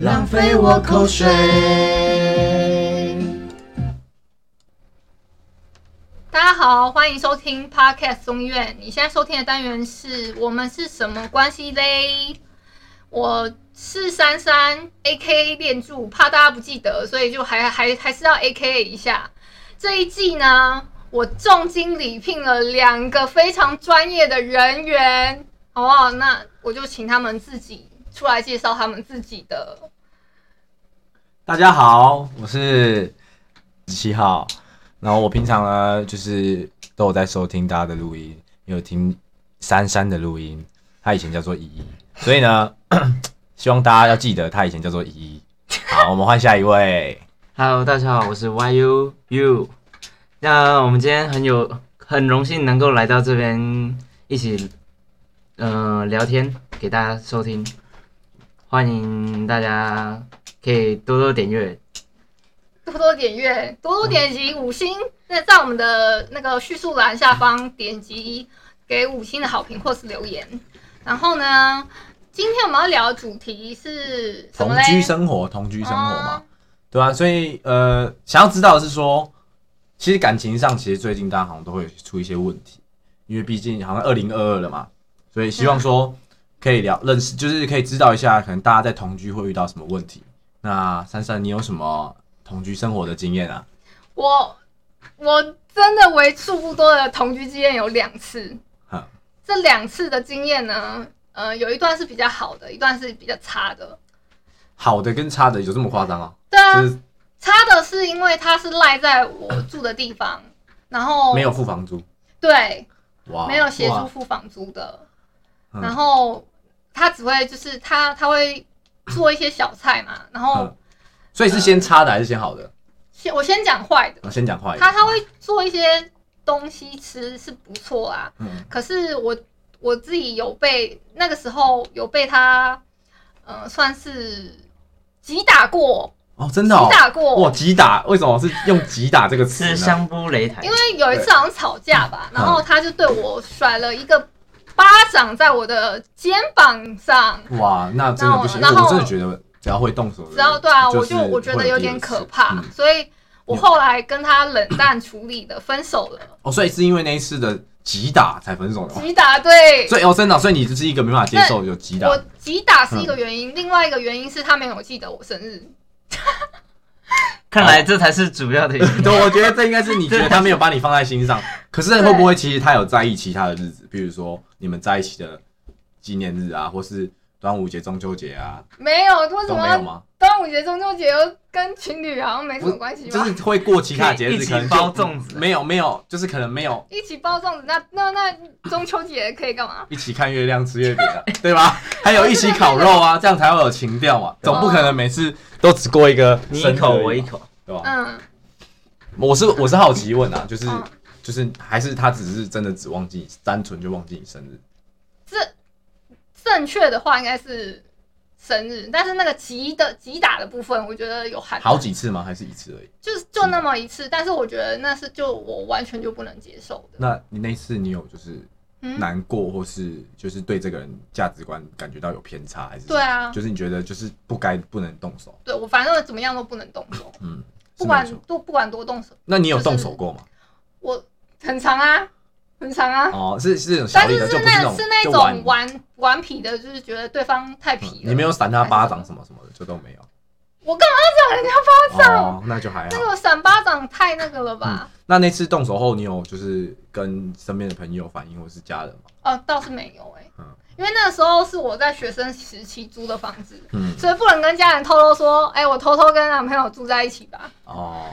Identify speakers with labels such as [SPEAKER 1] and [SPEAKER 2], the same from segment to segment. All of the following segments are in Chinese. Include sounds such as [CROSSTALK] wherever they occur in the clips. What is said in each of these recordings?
[SPEAKER 1] 浪费我口水。
[SPEAKER 2] 大家好，欢迎收听 Podcast 中医院。你现在收听的单元是我们是什么关系嘞？我是珊珊，A K 练柱，怕大家不记得，所以就还还还是要 A K 一下。这一季呢，我重金礼聘了两个非常专业的人员，好不好？那我就请他们自己出来介绍他们自己的。
[SPEAKER 1] 大家好，我是十七号。然后我平常呢，就是都有在收听大家的录音，也有听珊珊的录音，她以前叫做依依，所以呢， [COUGHS] 希望大家要记得她以前叫做依依。好，我们换下一位。
[SPEAKER 3] Hello，大家好，我是 YUU。那我们今天很有很荣幸能够来到这边一起，呃，聊天给大家收听，欢迎大家可以多多点阅。
[SPEAKER 2] 多多点阅，多多点击五星。那在我们的那个叙述栏下方点击给五星的好评或是留言。然后呢，今天我们要聊的主题是什
[SPEAKER 1] 同
[SPEAKER 2] 么嘞？
[SPEAKER 1] 居生活，同居生活嘛
[SPEAKER 2] 哦，
[SPEAKER 1] 对啊，所以呃，想要知道的是说，其实感情上，其实最近大家好像都会出一些问题，因为毕竟好像二零二二了嘛，所以希望
[SPEAKER 2] 嗯
[SPEAKER 1] 说可以聊认识，就是可以知道一下，可能大家在同居会遇到什么问题。那珊珊，你有什么同居生活的经验啊？
[SPEAKER 2] 我我真的为数不多的同居经验有两次
[SPEAKER 1] 哈，
[SPEAKER 2] 这两次的经验呢，呃，有一段是比较好的，一段是比较差的。
[SPEAKER 1] 好的跟差的有这么夸张啊？
[SPEAKER 2] 对啊
[SPEAKER 1] 就，是
[SPEAKER 2] 差的是因为它是赖在我住的地方，然后
[SPEAKER 1] 没有付房租，
[SPEAKER 2] 对
[SPEAKER 1] 哇，
[SPEAKER 2] 嗯没有协
[SPEAKER 3] 哇
[SPEAKER 2] 助付房租的，
[SPEAKER 1] 嗯
[SPEAKER 2] 然后他只会就是他他会做一些小菜嘛，然后
[SPEAKER 1] 嗯所以是先差的还是先好的？
[SPEAKER 2] 先我先讲坏的，
[SPEAKER 1] 我先讲坏的，
[SPEAKER 2] 他他会做一些东西吃是不错啊，
[SPEAKER 1] 嗯，
[SPEAKER 2] 可是我我自己有被那个时候有被他呃算是击打过，
[SPEAKER 1] 哦，真
[SPEAKER 2] 击
[SPEAKER 1] 的哦，
[SPEAKER 2] 打过，
[SPEAKER 1] 哇，击打为什么是用击打这个词
[SPEAKER 3] 是
[SPEAKER 1] 呢？
[SPEAKER 3] 香波擂台
[SPEAKER 2] 因，为有一次好像吵架
[SPEAKER 1] 哎
[SPEAKER 2] 吧，然后他就对我甩了一个巴掌在我的肩膀上。
[SPEAKER 3] 啊
[SPEAKER 1] 哇，那真的不行，
[SPEAKER 2] 然后
[SPEAKER 1] 我真的觉得只要会动手的人，
[SPEAKER 2] 知道对啊，我
[SPEAKER 1] 是
[SPEAKER 2] 就我觉
[SPEAKER 1] 会
[SPEAKER 2] 得有点
[SPEAKER 1] 第二
[SPEAKER 2] 可
[SPEAKER 1] 次
[SPEAKER 2] 怕，
[SPEAKER 1] 嗯
[SPEAKER 2] 所以我后来跟他冷淡处理的，分手了。
[SPEAKER 1] 哦，所以是因为那一次的击打才分手的吗？
[SPEAKER 2] 击打对，
[SPEAKER 1] 所以哦，真的，所以你就是一个没办法接受有击打
[SPEAKER 2] 我击打是一个原因，另外一个原因是他没有记得我生日。
[SPEAKER 3] 看来这才是主 [LAUGHS] 要的原
[SPEAKER 1] [LAUGHS]
[SPEAKER 3] 因。
[SPEAKER 1] 对，我觉得这应该是你觉得他没有把你放在心上，可是会不会其实他有在意其他的日子，比如说你们在一起的纪念日啊，或是端午节、中秋节啊，
[SPEAKER 2] 没有，为什
[SPEAKER 1] 都没有
[SPEAKER 2] 么
[SPEAKER 1] 吗？
[SPEAKER 2] 端午节、中秋节又跟情侣好像没什么关系
[SPEAKER 1] 就
[SPEAKER 2] 吧？
[SPEAKER 1] 是会过其他的节
[SPEAKER 3] 可以
[SPEAKER 1] 日，
[SPEAKER 3] 一起
[SPEAKER 1] 可能就
[SPEAKER 3] 包粽子
[SPEAKER 1] 没有没有，就是可能没有
[SPEAKER 2] 一起包粽子，那那那中秋节可以干嘛？
[SPEAKER 1] 一起看月亮、吃月饼、啊， [LAUGHS] 对吧？还有一起烤肉
[SPEAKER 3] [LAUGHS]
[SPEAKER 1] 啊，这样才会有情调嘛。总不可能每次都只过一个
[SPEAKER 3] 啊你
[SPEAKER 1] 生
[SPEAKER 3] 一
[SPEAKER 1] 日
[SPEAKER 3] 口
[SPEAKER 1] 而已嘛
[SPEAKER 3] 我一，口，
[SPEAKER 1] 对吧？
[SPEAKER 2] 嗯，
[SPEAKER 1] 我是我是好奇问
[SPEAKER 2] [LAUGHS]
[SPEAKER 1] 啊，就是
[SPEAKER 2] 嗯
[SPEAKER 1] 就是还是他只是真的只忘记你，单纯就忘记你生日。
[SPEAKER 2] 正确的话应该是生日，但是那个击的击打的部分，我觉得有含
[SPEAKER 1] 好几次吗？还是一次而已？
[SPEAKER 2] 就是就那么一次，但是我觉得那是就我完全就不能接受的。
[SPEAKER 1] 那你那次你有就是
[SPEAKER 2] 嗯
[SPEAKER 1] 难过，或是就是对这个人价值观感觉到有偏差，还是什么
[SPEAKER 2] 对啊
[SPEAKER 1] 就是你觉得就是不该不能动手，
[SPEAKER 2] 对我反正怎么样都不能动手，
[SPEAKER 1] 嗯，
[SPEAKER 2] 不
[SPEAKER 1] [LAUGHS] 是
[SPEAKER 2] 管
[SPEAKER 1] 没错
[SPEAKER 2] 多不管多动手，
[SPEAKER 1] 那你有
[SPEAKER 2] 就是
[SPEAKER 1] 动手过吗？
[SPEAKER 2] 我很长啊，很长啊。
[SPEAKER 1] 哦，是是这种小
[SPEAKER 2] 但
[SPEAKER 1] 力
[SPEAKER 2] 是
[SPEAKER 1] 的，
[SPEAKER 2] 是
[SPEAKER 1] 就不
[SPEAKER 2] 那
[SPEAKER 1] 那种
[SPEAKER 2] 是那
[SPEAKER 1] 就
[SPEAKER 2] 种
[SPEAKER 1] 玩
[SPEAKER 2] 顽顽皮的，就是觉得对方太
[SPEAKER 1] 嗯
[SPEAKER 2] 皮了。
[SPEAKER 1] 你没有闪他巴掌什么什么的，就都没有。
[SPEAKER 2] 我干嘛要讲人家巴掌？
[SPEAKER 1] 哦，那就还好
[SPEAKER 2] 那。个闪巴掌太那个了吧？
[SPEAKER 1] 那那次动手后，你有就是跟身边的朋友反映，或是家人吗？
[SPEAKER 2] 哦，倒是没有哎、
[SPEAKER 1] 嗯
[SPEAKER 2] 因为那个时候是我在学生时期租的房子，
[SPEAKER 1] 嗯，
[SPEAKER 2] 所以不能跟家人偷偷说，哎、我偷偷跟男朋友住在一起吧？
[SPEAKER 1] 哦，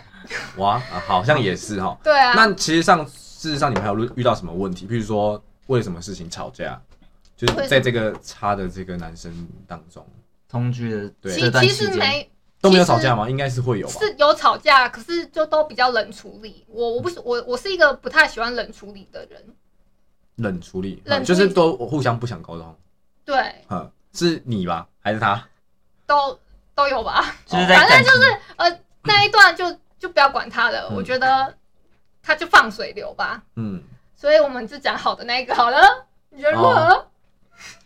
[SPEAKER 1] 哇，啊好像也是哈。
[SPEAKER 2] 对啊，
[SPEAKER 1] 那其实上，事实上，你们还有遇到什么问题？譬如说，为什么事情吵架？就是在这个差的这个男生当中，
[SPEAKER 3] 同居的
[SPEAKER 1] 对
[SPEAKER 2] 其
[SPEAKER 3] 这段
[SPEAKER 2] 其
[SPEAKER 3] 期
[SPEAKER 2] 实
[SPEAKER 3] 间，
[SPEAKER 2] 没
[SPEAKER 1] 都没有吵架吗？应该是会有吧。
[SPEAKER 2] 是有吵架，可是就都比较冷处理。我我不是我我是一个不太喜欢冷处理的人，
[SPEAKER 1] 冷处理，
[SPEAKER 2] 冷处理
[SPEAKER 1] 嗯就是都互相不想沟通。
[SPEAKER 2] 对，
[SPEAKER 1] 嗯，是你吧，还是他？
[SPEAKER 2] 都都有吧。
[SPEAKER 3] 就是在
[SPEAKER 2] 反正
[SPEAKER 3] 感情，
[SPEAKER 2] 呃，那一段就就不要管他了，
[SPEAKER 1] 嗯
[SPEAKER 2] 我觉得他就放水流吧。
[SPEAKER 1] 嗯，
[SPEAKER 2] 所以我们就讲好的那一个好了，你觉得如何？
[SPEAKER 1] 哦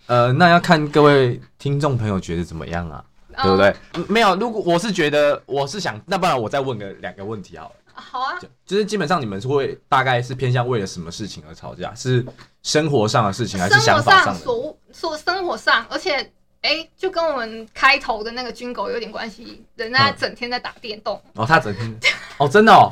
[SPEAKER 1] 呃，那要看各位听众朋友觉得怎么样啊，
[SPEAKER 2] 嗯
[SPEAKER 1] 对不？对？嗯没有，如果我是觉得我是想，那不然我再问个两个问题好了，
[SPEAKER 2] 好啊，
[SPEAKER 1] 就就是基本上你们是会大概是偏向为了什么事情而吵架？是生活上的事情还是
[SPEAKER 2] 生
[SPEAKER 1] 想
[SPEAKER 2] 活
[SPEAKER 1] 法
[SPEAKER 2] 上
[SPEAKER 1] 的？
[SPEAKER 2] 所所生活上，而且哎、就跟我们开头的那个军狗有点关系，人家
[SPEAKER 1] 嗯
[SPEAKER 2] 整天在打电动，
[SPEAKER 1] 哦，他整天哦，真的哦，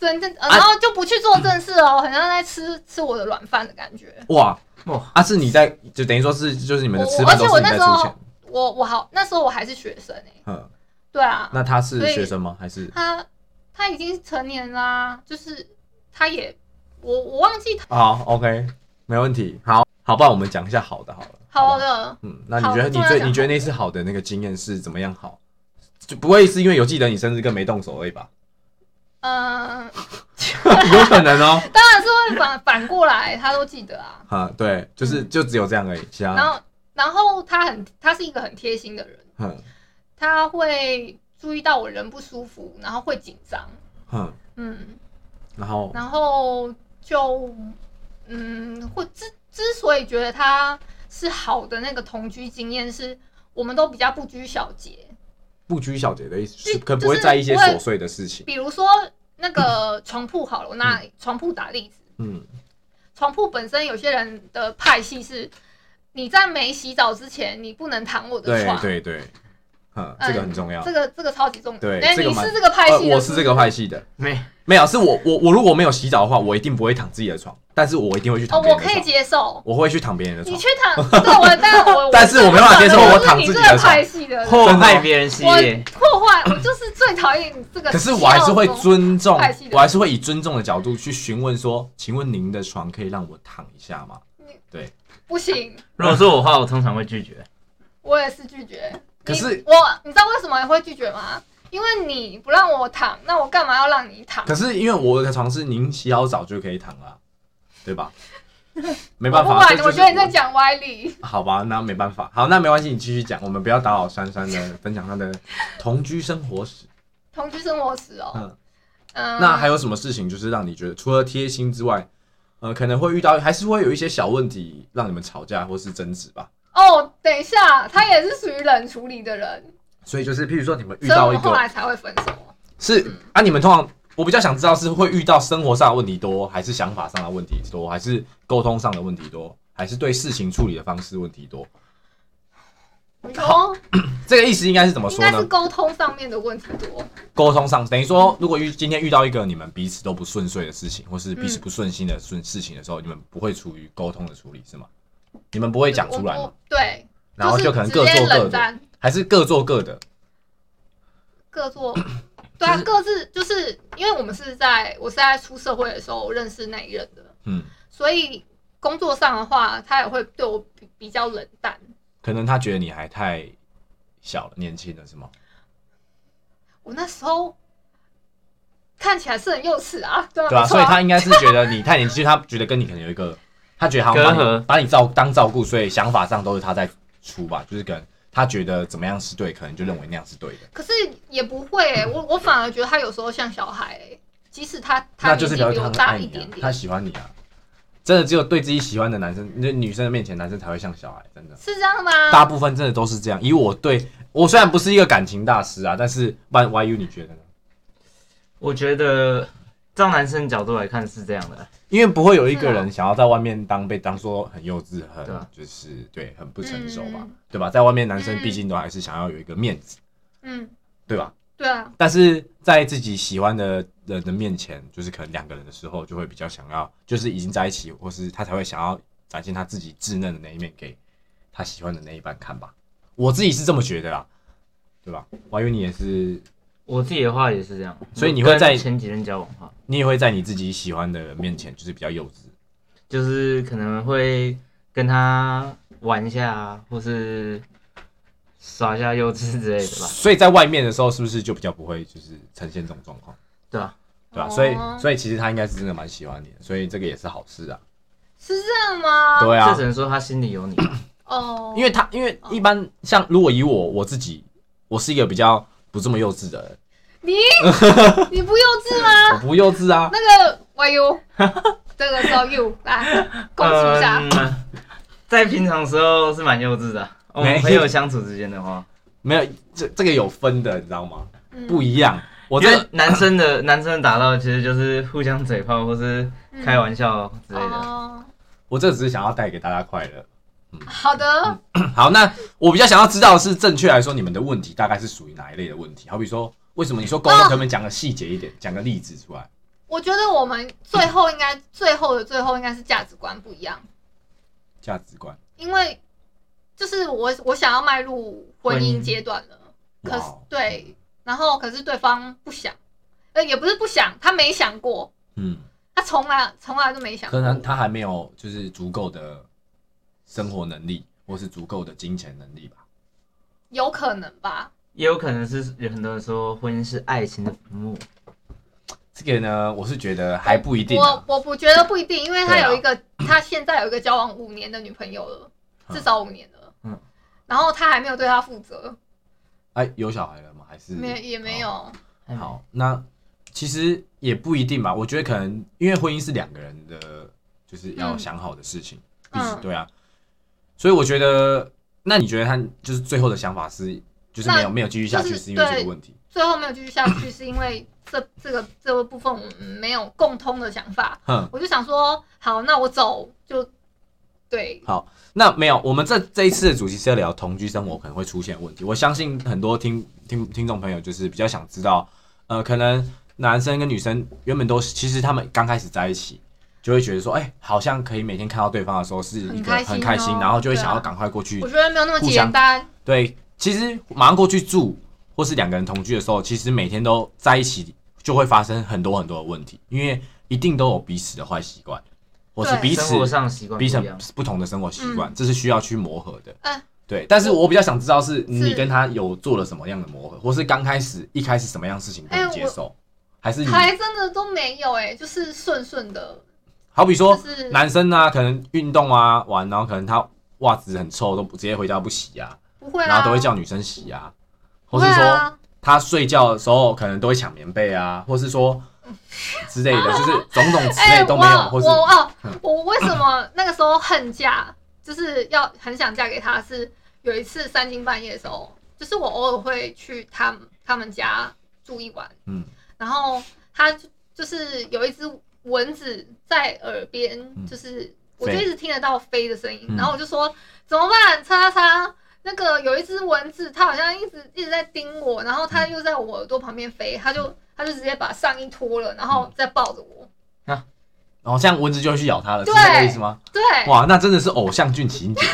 [SPEAKER 2] 真正、呃
[SPEAKER 1] 啊
[SPEAKER 2] 然后就不去做正事哦，很像在吃吃我的软饭的感觉。
[SPEAKER 1] 哇
[SPEAKER 3] 哇
[SPEAKER 1] 啊，是你在就等于说是就是你们的
[SPEAKER 2] 我
[SPEAKER 1] 吃
[SPEAKER 2] 我而
[SPEAKER 1] 饭
[SPEAKER 2] 且
[SPEAKER 1] 都是
[SPEAKER 2] 我
[SPEAKER 1] 你
[SPEAKER 2] 那
[SPEAKER 1] 在
[SPEAKER 2] 时候
[SPEAKER 1] 出钱。
[SPEAKER 2] 我我好那时候我还是学生哎、
[SPEAKER 1] 嗯，
[SPEAKER 2] 对啊，
[SPEAKER 1] 那他是
[SPEAKER 2] 所以
[SPEAKER 1] 学生吗？还是
[SPEAKER 2] 他他已经成年啦、就是他也我我忘记他
[SPEAKER 1] 好，OK，没问题。好，好，不然我们讲一下好的好了。不
[SPEAKER 2] 好了，
[SPEAKER 1] 嗯，那你
[SPEAKER 2] 好
[SPEAKER 1] 觉得你
[SPEAKER 2] 重要
[SPEAKER 1] 最
[SPEAKER 2] 讲
[SPEAKER 1] 你觉得
[SPEAKER 2] 好
[SPEAKER 1] 那次好的那个经验是怎么样好？就不会是因为有记得你生日跟没动手而已吧？
[SPEAKER 2] 嗯，
[SPEAKER 1] 有可能哦。
[SPEAKER 2] 当然是会反反过来，他都记得啊。
[SPEAKER 1] 啊，对，就是就只有这样而已，其
[SPEAKER 2] 嗯然
[SPEAKER 1] 他
[SPEAKER 2] 后然后他很他是一个很贴心的人，
[SPEAKER 1] 哼
[SPEAKER 2] 他会注意到我人不舒服，然后会紧张，
[SPEAKER 1] 哼，
[SPEAKER 2] 嗯，
[SPEAKER 1] 然后
[SPEAKER 2] 然后就嗯，会之之所以觉得他是好的那个同居经验是。我们都比较不拘小节，
[SPEAKER 1] 不拘小节的意思，
[SPEAKER 2] 就是
[SPEAKER 1] 可不会在意一些
[SPEAKER 2] 就是不会
[SPEAKER 1] 琐碎的事情。
[SPEAKER 2] 比如说那个床铺好了，我拿床铺打例子，
[SPEAKER 1] 嗯，
[SPEAKER 2] 床铺本身有些人的派系是，你在没洗澡之前，你不能躺我的
[SPEAKER 1] 对
[SPEAKER 2] 床。
[SPEAKER 1] 对对，哼，
[SPEAKER 2] 嗯
[SPEAKER 1] 这个很重要
[SPEAKER 2] 这。个这个超级重要。
[SPEAKER 1] 对
[SPEAKER 2] 哎、
[SPEAKER 1] 这个
[SPEAKER 2] 你
[SPEAKER 1] 蛮
[SPEAKER 2] 是这个派
[SPEAKER 1] 呃
[SPEAKER 2] 系的、
[SPEAKER 1] 我是这个派系的，
[SPEAKER 3] 没
[SPEAKER 1] 没有，是我我我如果没有洗澡的话，我一定不会躺自己的床，但是我一定会去
[SPEAKER 2] 哦，
[SPEAKER 1] 躺别
[SPEAKER 2] 我
[SPEAKER 1] 人的
[SPEAKER 2] 可以
[SPEAKER 1] 床，
[SPEAKER 2] 接受。
[SPEAKER 1] 我会去躺别人的
[SPEAKER 2] 你
[SPEAKER 1] 床。
[SPEAKER 2] 去躺，对我，但
[SPEAKER 1] [LAUGHS]
[SPEAKER 2] 我
[SPEAKER 1] 但是我没办法接受我
[SPEAKER 2] 我
[SPEAKER 1] 躺自己
[SPEAKER 2] 是你
[SPEAKER 1] 的
[SPEAKER 2] 这个
[SPEAKER 1] 床
[SPEAKER 2] 派系的人，
[SPEAKER 3] 破坏别人系列，
[SPEAKER 2] 破坏，我就是最讨厌你这个。
[SPEAKER 1] 可是我还是会尊重
[SPEAKER 2] 派系的，人
[SPEAKER 1] 我还是会以尊重的角度去询问说，请问您的床可以让我躺一下吗？
[SPEAKER 2] 不行，
[SPEAKER 3] 如果是我的话，我通常会拒绝。
[SPEAKER 2] 我也是拒绝。
[SPEAKER 1] 可
[SPEAKER 2] 你
[SPEAKER 1] 是
[SPEAKER 2] 我，你知道为什么会拒绝吗？因为你不让我躺，那我干嘛要让你躺？
[SPEAKER 1] 可是因为我的床是您洗好澡就可以躺啦，
[SPEAKER 2] [LAUGHS]
[SPEAKER 1] 对吧？没办
[SPEAKER 2] 我不
[SPEAKER 1] 法，
[SPEAKER 2] 管，
[SPEAKER 1] 这就
[SPEAKER 2] 我
[SPEAKER 1] 是
[SPEAKER 2] 觉得你在讲歪理。
[SPEAKER 1] 好吧，那没办法，好，那没关系，你继续讲，我们不要打扰珊珊的分享她的同居生活史。
[SPEAKER 2] 同居生活史哦。
[SPEAKER 1] 嗯
[SPEAKER 2] 嗯，
[SPEAKER 1] 那还有什么事情就是让你觉得除了贴心之外，呃，可能会遇到还是会有一些小问题让你们吵架或是争执吧？
[SPEAKER 2] 哦，等一下，他也是属于冷处理的人，
[SPEAKER 1] 所以就是譬如说你们遇
[SPEAKER 2] 所以我
[SPEAKER 1] 到一
[SPEAKER 2] 们
[SPEAKER 1] 个
[SPEAKER 2] 后来才会分手。
[SPEAKER 1] 是啊，你们通常我比较想知道是会遇到生活上的问题多，还是想法上的问题多，还是沟通上的问题多，还是对事情处理的方式问题多？
[SPEAKER 2] 你说
[SPEAKER 1] 这个意思应该是怎么
[SPEAKER 2] 应
[SPEAKER 1] 说
[SPEAKER 2] 该是
[SPEAKER 1] 呢？
[SPEAKER 2] 沟通上面的问题多，
[SPEAKER 1] 沟通上等于说，如果遇今天遇到一个你们彼此都不顺遂的事情，或是彼此不顺心的顺事情的时候，你们不会处于沟通的处理是吗？你们不会讲出来
[SPEAKER 2] 我
[SPEAKER 1] 吗？
[SPEAKER 2] 我对，
[SPEAKER 1] 然后
[SPEAKER 2] 就
[SPEAKER 1] 就是可能
[SPEAKER 2] 直
[SPEAKER 1] 各
[SPEAKER 2] 接
[SPEAKER 1] 做各
[SPEAKER 2] 冷
[SPEAKER 1] 的，
[SPEAKER 2] 战，
[SPEAKER 1] 还是各做各的？
[SPEAKER 2] 各做。
[SPEAKER 1] [CLEARS THROAT]
[SPEAKER 2] 对啊，各自就是因为我们是在我是在出社会的时候认识那一任的，
[SPEAKER 1] 嗯，
[SPEAKER 2] 所以工作上的话，他也会对我比比较冷淡。
[SPEAKER 1] 可能他觉得你还太小了，年轻了是吗？
[SPEAKER 2] 我那时候看起来是很幼稚啊，对啊，
[SPEAKER 1] 对啊，
[SPEAKER 2] 没错
[SPEAKER 1] 所以他应该是觉得你太年轻，他觉得跟你可能有一个，他觉得好像把
[SPEAKER 3] 隔
[SPEAKER 1] 你
[SPEAKER 3] 阂
[SPEAKER 1] 把你照当照顾，所以想法上都是他在出吧，就是可能他觉得怎么样是对，可能就认为那样是对的，
[SPEAKER 2] 可是也不会、欸，我我反而觉得他有时候像小孩、欸，即使他他
[SPEAKER 1] 那就
[SPEAKER 2] 年
[SPEAKER 1] 是
[SPEAKER 2] 纪
[SPEAKER 1] 表
[SPEAKER 2] 比
[SPEAKER 1] 示他
[SPEAKER 2] 我
[SPEAKER 1] 很
[SPEAKER 2] 大
[SPEAKER 1] 爱
[SPEAKER 2] 一
[SPEAKER 1] 你啊
[SPEAKER 2] 点，
[SPEAKER 1] 他
[SPEAKER 2] 点，
[SPEAKER 1] 喜欢你啊，真的只有对自己喜欢的男生，那女生的面前男生才会像小孩，真的，
[SPEAKER 2] 是这样吗？
[SPEAKER 1] 大部分真的都是这样。以我对我虽然不是一个感情大师啊，但是 Y Y U 你觉得呢？
[SPEAKER 3] 我觉得，照男生角度来看是这样的，
[SPEAKER 1] 因为不会有一个
[SPEAKER 2] 是啊
[SPEAKER 1] 人想要在外面当被当做很幼稚，很
[SPEAKER 3] 对啊
[SPEAKER 1] 就是对很不成熟吧
[SPEAKER 2] 嗯，
[SPEAKER 1] 对吧？在外面男生
[SPEAKER 2] 嗯
[SPEAKER 1] 毕竟都还是想要有一个面子，
[SPEAKER 2] 嗯，
[SPEAKER 1] 对吧？
[SPEAKER 2] 对啊，
[SPEAKER 1] 但是在自己喜欢的人的面前，就是可能两个人的时候，就会比较想要，就是已经在一起，或是他才会想要展现他自己稚嫩的那一面给他喜欢的那一半看吧。我自己是这么觉得啦，对吧？我以为你也是，
[SPEAKER 3] 我自己的话也是这样。
[SPEAKER 1] 所以你会在
[SPEAKER 3] 跟前几任交往的话，
[SPEAKER 1] 你也会在你自己喜欢的人面前，就是比较幼稚。
[SPEAKER 3] 就是可能会跟他玩一下啊，或是耍一下幼稚之类的吧，
[SPEAKER 1] 所以在外面的时候，是不是就比较不会就是呈现这种状况，
[SPEAKER 3] 对吧、
[SPEAKER 1] [LAUGHS] 对吧、啊
[SPEAKER 2] 哦
[SPEAKER 1] 所以所以其实他应该是真的蛮喜欢你的，所以这个也是好事啊。
[SPEAKER 2] 是这样吗？
[SPEAKER 1] 对啊
[SPEAKER 3] 这只，能说他心
[SPEAKER 1] [COUGHS]
[SPEAKER 3] 里有你吧，
[SPEAKER 2] 哦，
[SPEAKER 1] 因为他因为一般像如果以我我自己，我是一个比较不这么幼稚的人，
[SPEAKER 2] 你
[SPEAKER 1] [LAUGHS]
[SPEAKER 2] 你不幼稚吗？
[SPEAKER 1] 我不幼稚啊。
[SPEAKER 2] 那个
[SPEAKER 1] [LAUGHS]
[SPEAKER 2] YU，这个叫 You 来恭喜一下。
[SPEAKER 3] 嗯在平常时候是蛮幼稚的，啊
[SPEAKER 1] [LAUGHS]
[SPEAKER 3] 我
[SPEAKER 1] 没
[SPEAKER 3] 们朋友相处之间的话，
[SPEAKER 1] 没有，这这个有分的，你知道吗？
[SPEAKER 2] 嗯
[SPEAKER 1] 不一样。我
[SPEAKER 3] 因
[SPEAKER 1] 在
[SPEAKER 3] 为男生的 [COUGHS] 男生的打闹其实就是互相嘴炮或是开玩笑之类的。
[SPEAKER 2] 嗯哦，
[SPEAKER 1] 我这只是想要带给大家快乐。 [CLEARS THROAT]
[SPEAKER 2] 好的，
[SPEAKER 1] 好，那我比较想要知道的是，正确来说，你们的问题大概是属于哪一类的问题？好比说，为什么你说沟通，可不可以讲个细节一点，讲个例子出来？
[SPEAKER 2] 我觉得我们最后应该最后的最后应该是价值观不一样，
[SPEAKER 1] 价值观。
[SPEAKER 2] 因为就是我我想要迈入婚姻阶段了，可
[SPEAKER 1] 哇
[SPEAKER 2] 是
[SPEAKER 1] 哦，
[SPEAKER 2] 对，然后可是对方不想，呃，也不是不想，他没想过，
[SPEAKER 1] 嗯，
[SPEAKER 2] 他从来从来都没想
[SPEAKER 1] 可
[SPEAKER 2] 过。
[SPEAKER 1] 能他还没有就是足够的生活能力，或是足够的金钱能力吧。
[SPEAKER 2] 有可能吧？
[SPEAKER 3] 也有可能是有很多人说婚姻是爱情的坟墓，
[SPEAKER 1] 这个呢，我是觉得还不一定、
[SPEAKER 2] 我
[SPEAKER 1] 啊。
[SPEAKER 2] 我不觉得不一定，因为他
[SPEAKER 1] 对啊
[SPEAKER 2] 有一个、他现在有一个交往五年的女朋友了，至少五年了。
[SPEAKER 3] 嗯
[SPEAKER 2] 然后他还没有对她负责，
[SPEAKER 1] 哎，有小孩了吗？还是
[SPEAKER 2] 没也没有。
[SPEAKER 1] 哦好，那其实也不一定吧。我觉得可能因为婚姻是两个人的，就是要
[SPEAKER 2] 嗯
[SPEAKER 1] 想好的事情，必
[SPEAKER 2] 嗯
[SPEAKER 1] 须对啊。所以我觉得，那你觉得他就是最后的想法是，就是没
[SPEAKER 2] 那
[SPEAKER 1] 有没有继续下去，
[SPEAKER 2] 就是
[SPEAKER 1] 是因为这
[SPEAKER 2] 对
[SPEAKER 1] 个问题？
[SPEAKER 2] 最后没有继续下去，是因为这这个这个部分我们没有共通的想法。
[SPEAKER 1] 哼，
[SPEAKER 2] 我就想说，好，那我走就对，
[SPEAKER 1] 那没有，我们这这一次的主题是要聊同居生活可能会出现的问题。我相信很多听听听众朋友就是比较想知道，呃，可能男生跟女生原本都是，其实他们刚开始在一起。就会觉得说，哎、好像可以每天看到对方的时候是一
[SPEAKER 2] 很
[SPEAKER 1] 个
[SPEAKER 2] 开心
[SPEAKER 1] 很开心，
[SPEAKER 2] 哦
[SPEAKER 1] 然后就会
[SPEAKER 2] 对啊
[SPEAKER 1] 想要赶快过去
[SPEAKER 2] 我觉得没有那么
[SPEAKER 1] 嗯互
[SPEAKER 2] 简
[SPEAKER 1] 相
[SPEAKER 2] 单。
[SPEAKER 1] 对，其实马上过去住，或是两个人同居的时候，其实每天都在一起，就会发生很多很多的问题，因为一定都有彼此的坏习惯，或是
[SPEAKER 2] 对
[SPEAKER 1] 彼此
[SPEAKER 3] 生活上习惯不
[SPEAKER 1] 彼
[SPEAKER 3] 一
[SPEAKER 1] 此
[SPEAKER 3] 样，
[SPEAKER 1] 不同的生活习惯，这是需要去磨合的。
[SPEAKER 2] 嗯
[SPEAKER 1] 对，但是我比较想知道是你
[SPEAKER 2] 是
[SPEAKER 1] 跟他有做了什么样的磨合，或是刚开始一开始什么样的事情不
[SPEAKER 2] 哎
[SPEAKER 1] 能
[SPEAKER 2] 我
[SPEAKER 1] 接受，还是你
[SPEAKER 2] 还真的都没有哎、就是顺顺的，
[SPEAKER 1] 好比说
[SPEAKER 2] 就是
[SPEAKER 1] 男生啊，可能运动啊玩，然后可能他袜子很臭，都不直接回家不洗啊，
[SPEAKER 2] 不会啊，
[SPEAKER 1] 然后都会叫女生洗啊，
[SPEAKER 2] 不
[SPEAKER 1] 或
[SPEAKER 2] 会
[SPEAKER 1] 是说。
[SPEAKER 2] 啊，
[SPEAKER 1] 他睡觉的时候可能都会抢棉被啊，或是说之
[SPEAKER 2] [LAUGHS]
[SPEAKER 1] 类的，就是种种之类
[SPEAKER 2] 哎、
[SPEAKER 1] 都
[SPEAKER 2] 我
[SPEAKER 1] 没有，或是
[SPEAKER 2] 我哦
[SPEAKER 1] 嗯，
[SPEAKER 2] 我为什么那个时候恨嫁，就是要很想嫁给他是？有一次三更半夜的时候，就是我偶尔会去他们他们家住一晚，
[SPEAKER 1] 嗯
[SPEAKER 2] 然后他就就是有一只蚊子在耳边，
[SPEAKER 1] 嗯
[SPEAKER 2] 就是我就
[SPEAKER 1] 飞
[SPEAKER 2] 一直听得到飞的声音，
[SPEAKER 1] 嗯
[SPEAKER 2] 然后我就说怎么办？叉叉叉，那个有一只蚊子，它好像一直一直在叮我，然后
[SPEAKER 1] 嗯
[SPEAKER 2] 它又在我耳朵旁边飞，它就它就直接把上衣脱了，然
[SPEAKER 1] 嗯
[SPEAKER 2] 后再抱着我。
[SPEAKER 1] 然后这样蚊子就会去咬他了，是
[SPEAKER 2] 对
[SPEAKER 1] 这个意思吗？
[SPEAKER 2] 对，
[SPEAKER 1] 哇，那真的是偶像剧情节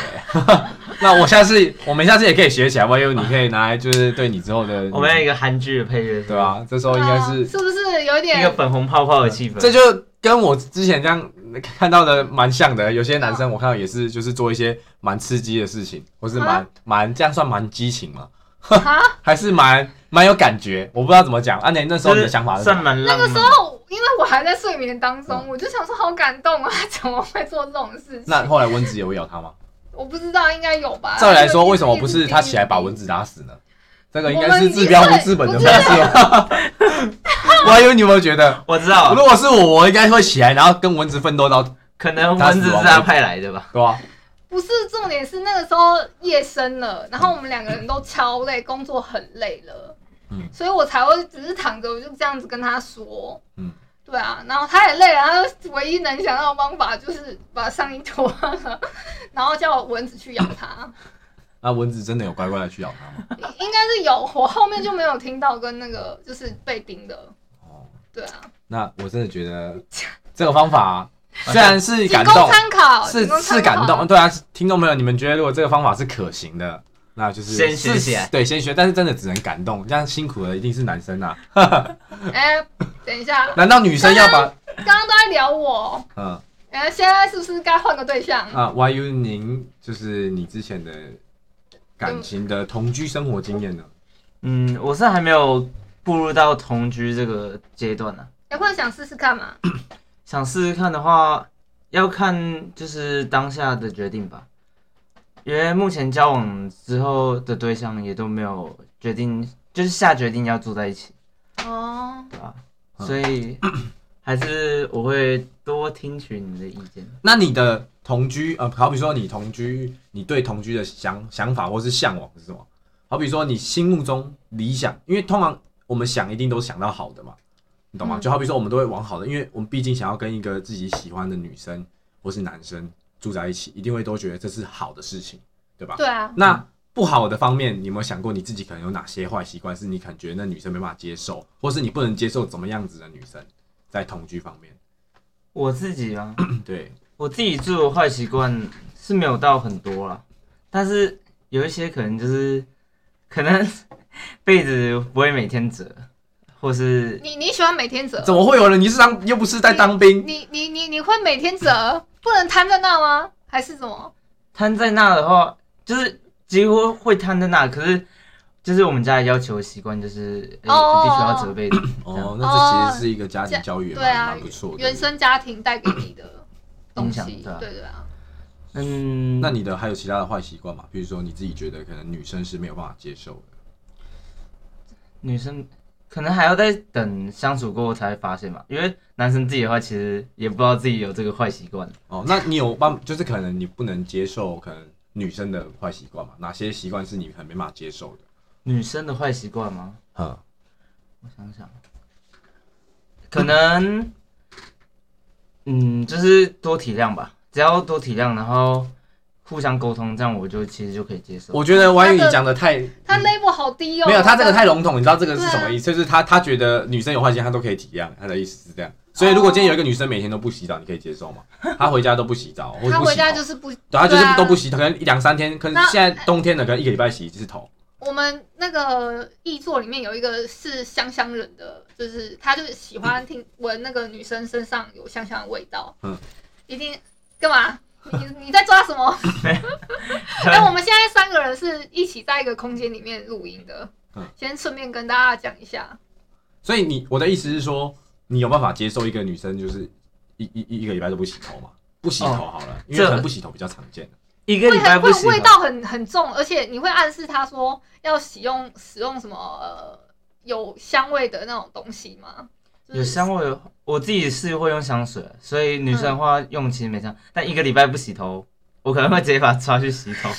[SPEAKER 1] 欸。 [LAUGHS] 那我下次我们下次也可以学起来，万一你可以拿来就是对你之后的，
[SPEAKER 3] 我们要一个韩剧的配乐，
[SPEAKER 1] 对吧、？这时候
[SPEAKER 2] 啊
[SPEAKER 1] 应该是
[SPEAKER 2] 是不是有一
[SPEAKER 3] 一个
[SPEAKER 2] 点？
[SPEAKER 3] 粉红泡泡的气氛，
[SPEAKER 1] 啊这就跟我之前这样看到的蛮像的。有些男生我看到也是，就是做一些蛮刺激的事情，或是蛮蛮这样算蛮激情嘛，
[SPEAKER 2] 啊，
[SPEAKER 1] [LAUGHS] 还是蛮蛮有感觉。我不知道怎么讲。啊，你那时候你的想法是什
[SPEAKER 3] 算
[SPEAKER 1] 么？
[SPEAKER 3] 蛮浪
[SPEAKER 2] 那个
[SPEAKER 3] 漫。
[SPEAKER 2] 时候哦因为我还在睡眠当中，
[SPEAKER 1] 嗯
[SPEAKER 2] 我就想说好感动啊，怎么会做这种事情？
[SPEAKER 1] 那后来蚊子有咬他吗？
[SPEAKER 2] 我不知道，应该有吧。
[SPEAKER 1] 照理来说，
[SPEAKER 2] 因
[SPEAKER 1] 为什么不是他起来把蚊
[SPEAKER 2] 子？
[SPEAKER 1] 子打死呢？这个应该是治标不治本的方式吧？我还以为你有没有觉得？
[SPEAKER 3] 我知道
[SPEAKER 1] [LAUGHS] 如，果是我，我应该会起来，然后跟蚊子奋斗到，
[SPEAKER 3] 可能蚊子是他派来的吧。
[SPEAKER 1] 对吧？
[SPEAKER 2] 不是重点是那个时候夜深了，然后我们两个人都超累，工作很累了，
[SPEAKER 1] 嗯
[SPEAKER 2] 所以我才会只是躺着，我就这样子跟他说，
[SPEAKER 1] 嗯
[SPEAKER 2] 对啊，然后他也累了，然后唯一能想到的方法就是把上衣脱了，然后叫蚊子去咬他，
[SPEAKER 1] 那蚊子真的有乖乖的去咬他吗？
[SPEAKER 2] 应该是有，我后面就没有听到跟那个就是被叮的，
[SPEAKER 1] 哦，
[SPEAKER 2] 对啊，
[SPEAKER 1] 那我真的觉得这个方法虽然是
[SPEAKER 2] 仅
[SPEAKER 1] 感
[SPEAKER 2] 供
[SPEAKER 1] [LAUGHS] 动，
[SPEAKER 2] 参考，
[SPEAKER 1] 是
[SPEAKER 2] 仅供参
[SPEAKER 1] 是
[SPEAKER 2] 考
[SPEAKER 1] 感动，，对啊，听众朋友，你们觉得如果这个方法是可行的，那就是
[SPEAKER 3] 先学
[SPEAKER 1] 是
[SPEAKER 3] 起来
[SPEAKER 1] 对，先学，但是真的只能感动，这样辛苦的一定是男生啊，
[SPEAKER 2] 哎、等一下，
[SPEAKER 1] 难道女生要把
[SPEAKER 2] 刚刚都在聊我，
[SPEAKER 1] 嗯
[SPEAKER 2] 哎、现在是不是该换个对象？
[SPEAKER 1] 啊 YU 您就是你之前的感情的同居生活经验呢？
[SPEAKER 3] 嗯，我是还没有步入到同居这个阶段呢、
[SPEAKER 2] 哎，或者想试试看嘛？
[SPEAKER 3] 想试试看的话，要看就是当下的决定吧，因为目前交往之后的对象也都没有决定，就是下决定要住在一起，
[SPEAKER 2] 哦，
[SPEAKER 3] 对吧？
[SPEAKER 1] 嗯
[SPEAKER 3] 所以还是我会多听取你的意见。
[SPEAKER 1] 那你的同居，呃，好比说你同居，你对同居的想想法或是向往是什么？好比说你心目中理想，因为通常我们想一定都想到好的嘛，你懂吗？
[SPEAKER 2] 嗯
[SPEAKER 1] 就好比说我们都会往好的，因为我们毕竟想要跟一个自己喜欢的女生或是男生住在一起，一定会都觉得这是好的事情，对吧？
[SPEAKER 2] 对啊，
[SPEAKER 1] 那不好的方面，你有没有想过你自己可能有哪些坏习惯是你感觉那女生没办法接受，或是你不能接受怎么样子的女生在同居方面？
[SPEAKER 3] 我自己啊吗？
[SPEAKER 2] 嗯
[SPEAKER 1] 对，
[SPEAKER 3] 我自己做的坏习惯是没有到很多啦，但是有一些可能就是可能被子不会每天折，或是
[SPEAKER 2] 你你喜欢每天折？
[SPEAKER 1] 怎么会有人？你是当又不是
[SPEAKER 2] 嗯
[SPEAKER 1] 在当兵？
[SPEAKER 2] 你你你你会每天折？不能瘫在那吗？还是怎么？
[SPEAKER 3] 摊在那的话，就是几乎会摊在那。可是就是我们家的要求习惯就是、呃
[SPEAKER 2] 哦
[SPEAKER 3] 必须要折被子，这样
[SPEAKER 1] 哦，那这其实是一个家庭
[SPEAKER 2] 这
[SPEAKER 1] 教育也
[SPEAKER 2] 嗯对啊
[SPEAKER 1] 蛮蛮不错的。
[SPEAKER 2] 原生家庭带给你的东西，
[SPEAKER 3] 影响对啊
[SPEAKER 2] 对对啊，
[SPEAKER 3] 嗯，
[SPEAKER 1] 那你的还有其他的坏习惯吗？比如说你自己觉得可能女生是没有办法接受的，
[SPEAKER 3] 女生可能还要再等相处过后才会发现吧，因为男生自己的话其实也不知道自己有这个坏习惯。
[SPEAKER 1] 哦，那你有办就是可能你不能接受可能女生的坏习惯嘛？哪些习惯是你可能没办法接受的？
[SPEAKER 3] 女生的坏习惯吗？
[SPEAKER 1] 嗯，
[SPEAKER 3] 我想想，可能，嗯，就是多体谅吧，只要多体谅，然后互相沟通，这样我就其实就可以接受。
[SPEAKER 1] 我觉得王宇讲的太
[SPEAKER 2] 他 label 好低哦。
[SPEAKER 1] 没有，他这个
[SPEAKER 2] 我
[SPEAKER 1] 太笼统，你知道这个是什
[SPEAKER 2] 啊
[SPEAKER 1] 么意思？就是他他觉得女生有坏习惯，他都可以体谅，他的意思是这样。所以如果今天有一个女生每天都不洗澡，你可以接受
[SPEAKER 2] [LAUGHS]
[SPEAKER 1] 吗？她回家都不洗澡，或者不洗
[SPEAKER 2] 他
[SPEAKER 1] 头
[SPEAKER 2] 回家就是不，
[SPEAKER 1] 对，她就是
[SPEAKER 2] 对啊
[SPEAKER 1] 都不洗，可能一两三天，可能
[SPEAKER 2] 那
[SPEAKER 1] 现在冬天了，可能一个礼拜洗一次头。
[SPEAKER 2] 我们那个译作里面有一个是香香人的，就是他就是喜欢听闻那个女生身上有香香的味道，
[SPEAKER 1] 嗯，
[SPEAKER 2] 一定干嘛？你你在抓什么？ [LAUGHS] 哎，我们现在三个人是一起在一个空间里面录音的
[SPEAKER 1] 嗯，
[SPEAKER 2] 先顺便跟大家讲一下，
[SPEAKER 1] 所以你我的意思是说，你有办法接受一个女生就是一一一一个礼拜都不洗头吗？不洗头好了，因为
[SPEAKER 3] 这
[SPEAKER 1] 可能不洗头比较常见。
[SPEAKER 3] 一个
[SPEAKER 2] 会
[SPEAKER 3] 礼拜
[SPEAKER 2] 很
[SPEAKER 3] 不洗
[SPEAKER 2] 会
[SPEAKER 3] 吧
[SPEAKER 2] 味道很很重，而且你会暗示他说要使用使用什么呃有香味的那种东西吗？就是
[SPEAKER 3] 有香味的话，我自己是会用香水，所以女生的话
[SPEAKER 2] 嗯
[SPEAKER 3] 用其实没香，但一个礼拜不洗头，我可能会直接把它抓去洗头，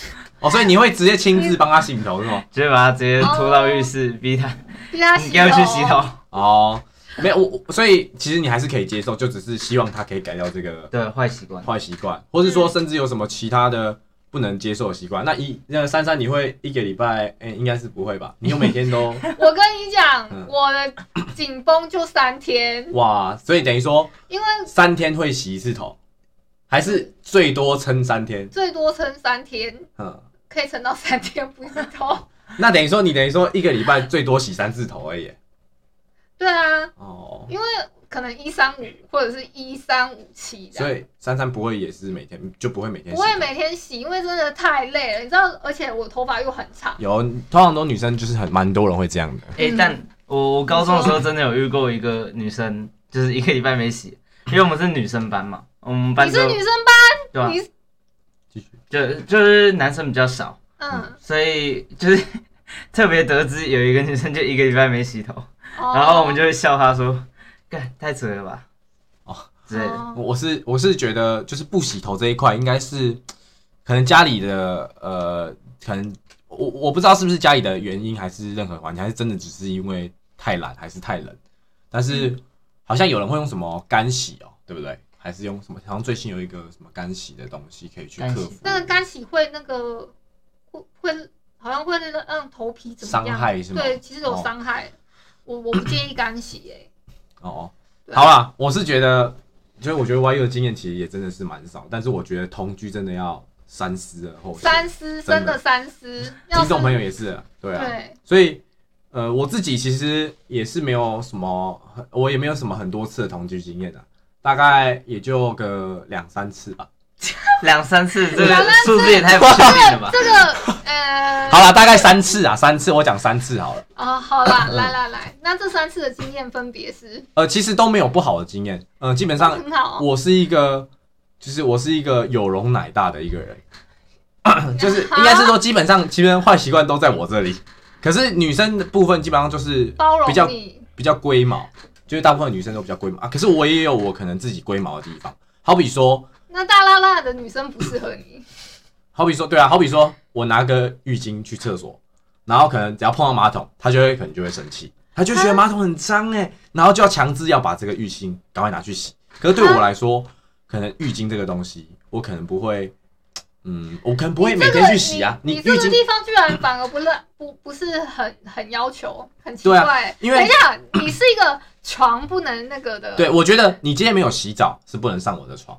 [SPEAKER 1] 哦，所以你会直接亲自帮她洗头是吗？
[SPEAKER 3] 直接把它直接拖到浴室，逼她
[SPEAKER 2] 逼他
[SPEAKER 3] 你
[SPEAKER 2] 洗
[SPEAKER 3] 给我去洗
[SPEAKER 2] 头
[SPEAKER 3] 头。
[SPEAKER 1] 哦，没有，我我所以其实你还是可以接受，就只是希望她可以改掉这个
[SPEAKER 3] 对，坏习惯。
[SPEAKER 1] 坏习惯，或是说甚至有什么其他的不能接受的习惯。那一那珊珊，你会一个礼拜？哎、应该是不会吧？你又每天都
[SPEAKER 2] 我跟你讲
[SPEAKER 1] 嗯，
[SPEAKER 2] 我的紧绷就三天，
[SPEAKER 1] [LAUGHS] 哇，所以等于说
[SPEAKER 2] 因为
[SPEAKER 1] 三天会洗一次头，还是最多撑三天？
[SPEAKER 2] 最多撑三天，
[SPEAKER 1] 嗯，
[SPEAKER 2] 可以撑到三天不洗头。
[SPEAKER 1] 那等于说你等于说一个礼拜最多洗三次头而已。
[SPEAKER 2] [LAUGHS] 对啊，
[SPEAKER 1] 哦，
[SPEAKER 2] 因为可能一三五或者是一三五七这
[SPEAKER 1] 所
[SPEAKER 2] 样。
[SPEAKER 1] 以珊珊不会也是每天就不会每天
[SPEAKER 2] 不
[SPEAKER 1] 洗头
[SPEAKER 2] 会每天洗，因为真的太累了，你知道，而且我头发又很长，
[SPEAKER 1] 有，通常都女生就是很蛮多人会这样的。
[SPEAKER 3] 哎、
[SPEAKER 2] 嗯
[SPEAKER 3] 但我我高中的时候真的有遇过一个女生，就是一个礼拜没洗，因为我们是女生班嘛，我们班
[SPEAKER 2] 你
[SPEAKER 3] 就是
[SPEAKER 2] 女生吧？
[SPEAKER 3] 对吧、
[SPEAKER 2] 你
[SPEAKER 1] 继续
[SPEAKER 3] 就就是男生比较少，
[SPEAKER 1] [LAUGHS]
[SPEAKER 2] 嗯，
[SPEAKER 3] 所以就是 [LAUGHS] 特别得知有一个女生就一个礼拜没洗头，
[SPEAKER 2] 然
[SPEAKER 3] 然后我们就会笑她说：“干太扯了吧？”
[SPEAKER 1] 哦
[SPEAKER 3] 之类的。
[SPEAKER 2] 哦
[SPEAKER 1] 我是我是觉得就是不洗头这一块，应该是呃可能家里的呃，可能我我不知道是不是家里的原因，还是任何环境，还是真的只是因为太懒，还是太冷。但是好像有人会用什么干洗哦，对不对？还是用什么？好像最新有一个什么干洗的东西可以去克
[SPEAKER 3] 干洗
[SPEAKER 1] 服
[SPEAKER 2] 那个干洗会那个会会好像会让头皮怎么
[SPEAKER 1] 伤
[SPEAKER 2] 样？
[SPEAKER 1] 害是吗？
[SPEAKER 2] 对，其实有
[SPEAKER 1] 哦
[SPEAKER 2] 伤害，我我不建议干洗诶、
[SPEAKER 1] 哦，
[SPEAKER 2] 对啊
[SPEAKER 1] 好啦，我是觉得，就是我觉得 YU 的经验其实也真的是蛮少，但是我觉得同居真的要三思而后行。
[SPEAKER 2] 三思，真
[SPEAKER 1] 真的
[SPEAKER 2] 的三思。要
[SPEAKER 1] 听
[SPEAKER 2] 是
[SPEAKER 1] 众朋友也是，对啊。
[SPEAKER 2] 对，
[SPEAKER 1] 所以呃，我自己其实也是没有什么，啊我也没有什么很多次的同居经验的、大概也就个两三次吧。
[SPEAKER 3] 两三次，这
[SPEAKER 2] 两
[SPEAKER 3] 个
[SPEAKER 2] 三次
[SPEAKER 3] 数字也太不确定了吧？
[SPEAKER 2] 这个呃，
[SPEAKER 1] [LAUGHS] 好了，大概三次啊，三次，我讲三次好了。嗯
[SPEAKER 2] 哦，好啦，来来来，那这三次的经验分别是
[SPEAKER 1] 呃，其实都没有不好的经验，呃，基本上
[SPEAKER 2] 很好哦，
[SPEAKER 1] 我是一个，就是我是一个有容乃大的一个人， [COUGHS] 就是应该是说，基本上其实坏习惯都在我这里。可是女生的部分基本上就是
[SPEAKER 2] 包
[SPEAKER 1] 比较
[SPEAKER 2] 容你，
[SPEAKER 1] 比较龟毛，就是大部分女生都比较龟毛啊。可是我也有我可能自己龟毛的地方，好比说，
[SPEAKER 2] 那大辣辣的女生不适合你，
[SPEAKER 1] 好比说，对啊，好比说我拿个浴巾去厕所，然后可能只要碰到马桶，她就会可能就会生气，她就觉得马桶很脏
[SPEAKER 2] 欸
[SPEAKER 1] 哎、然后就要强制要把这个浴巾赶快拿去洗。可是对我来说，可能浴巾这个东西，我可能不会，嗯，我可能不会每
[SPEAKER 2] 这
[SPEAKER 1] 天
[SPEAKER 2] 个
[SPEAKER 1] 去洗啊。
[SPEAKER 2] 你
[SPEAKER 1] 浴
[SPEAKER 2] 这个
[SPEAKER 1] 巾，
[SPEAKER 2] 地方居然反而不认不不是很很要求，很奇
[SPEAKER 1] 对啊
[SPEAKER 2] 怪。
[SPEAKER 1] 因为
[SPEAKER 2] 等一下，你是一个床不能那个的，
[SPEAKER 1] 对我觉得你今天没有洗澡是不能上我的床，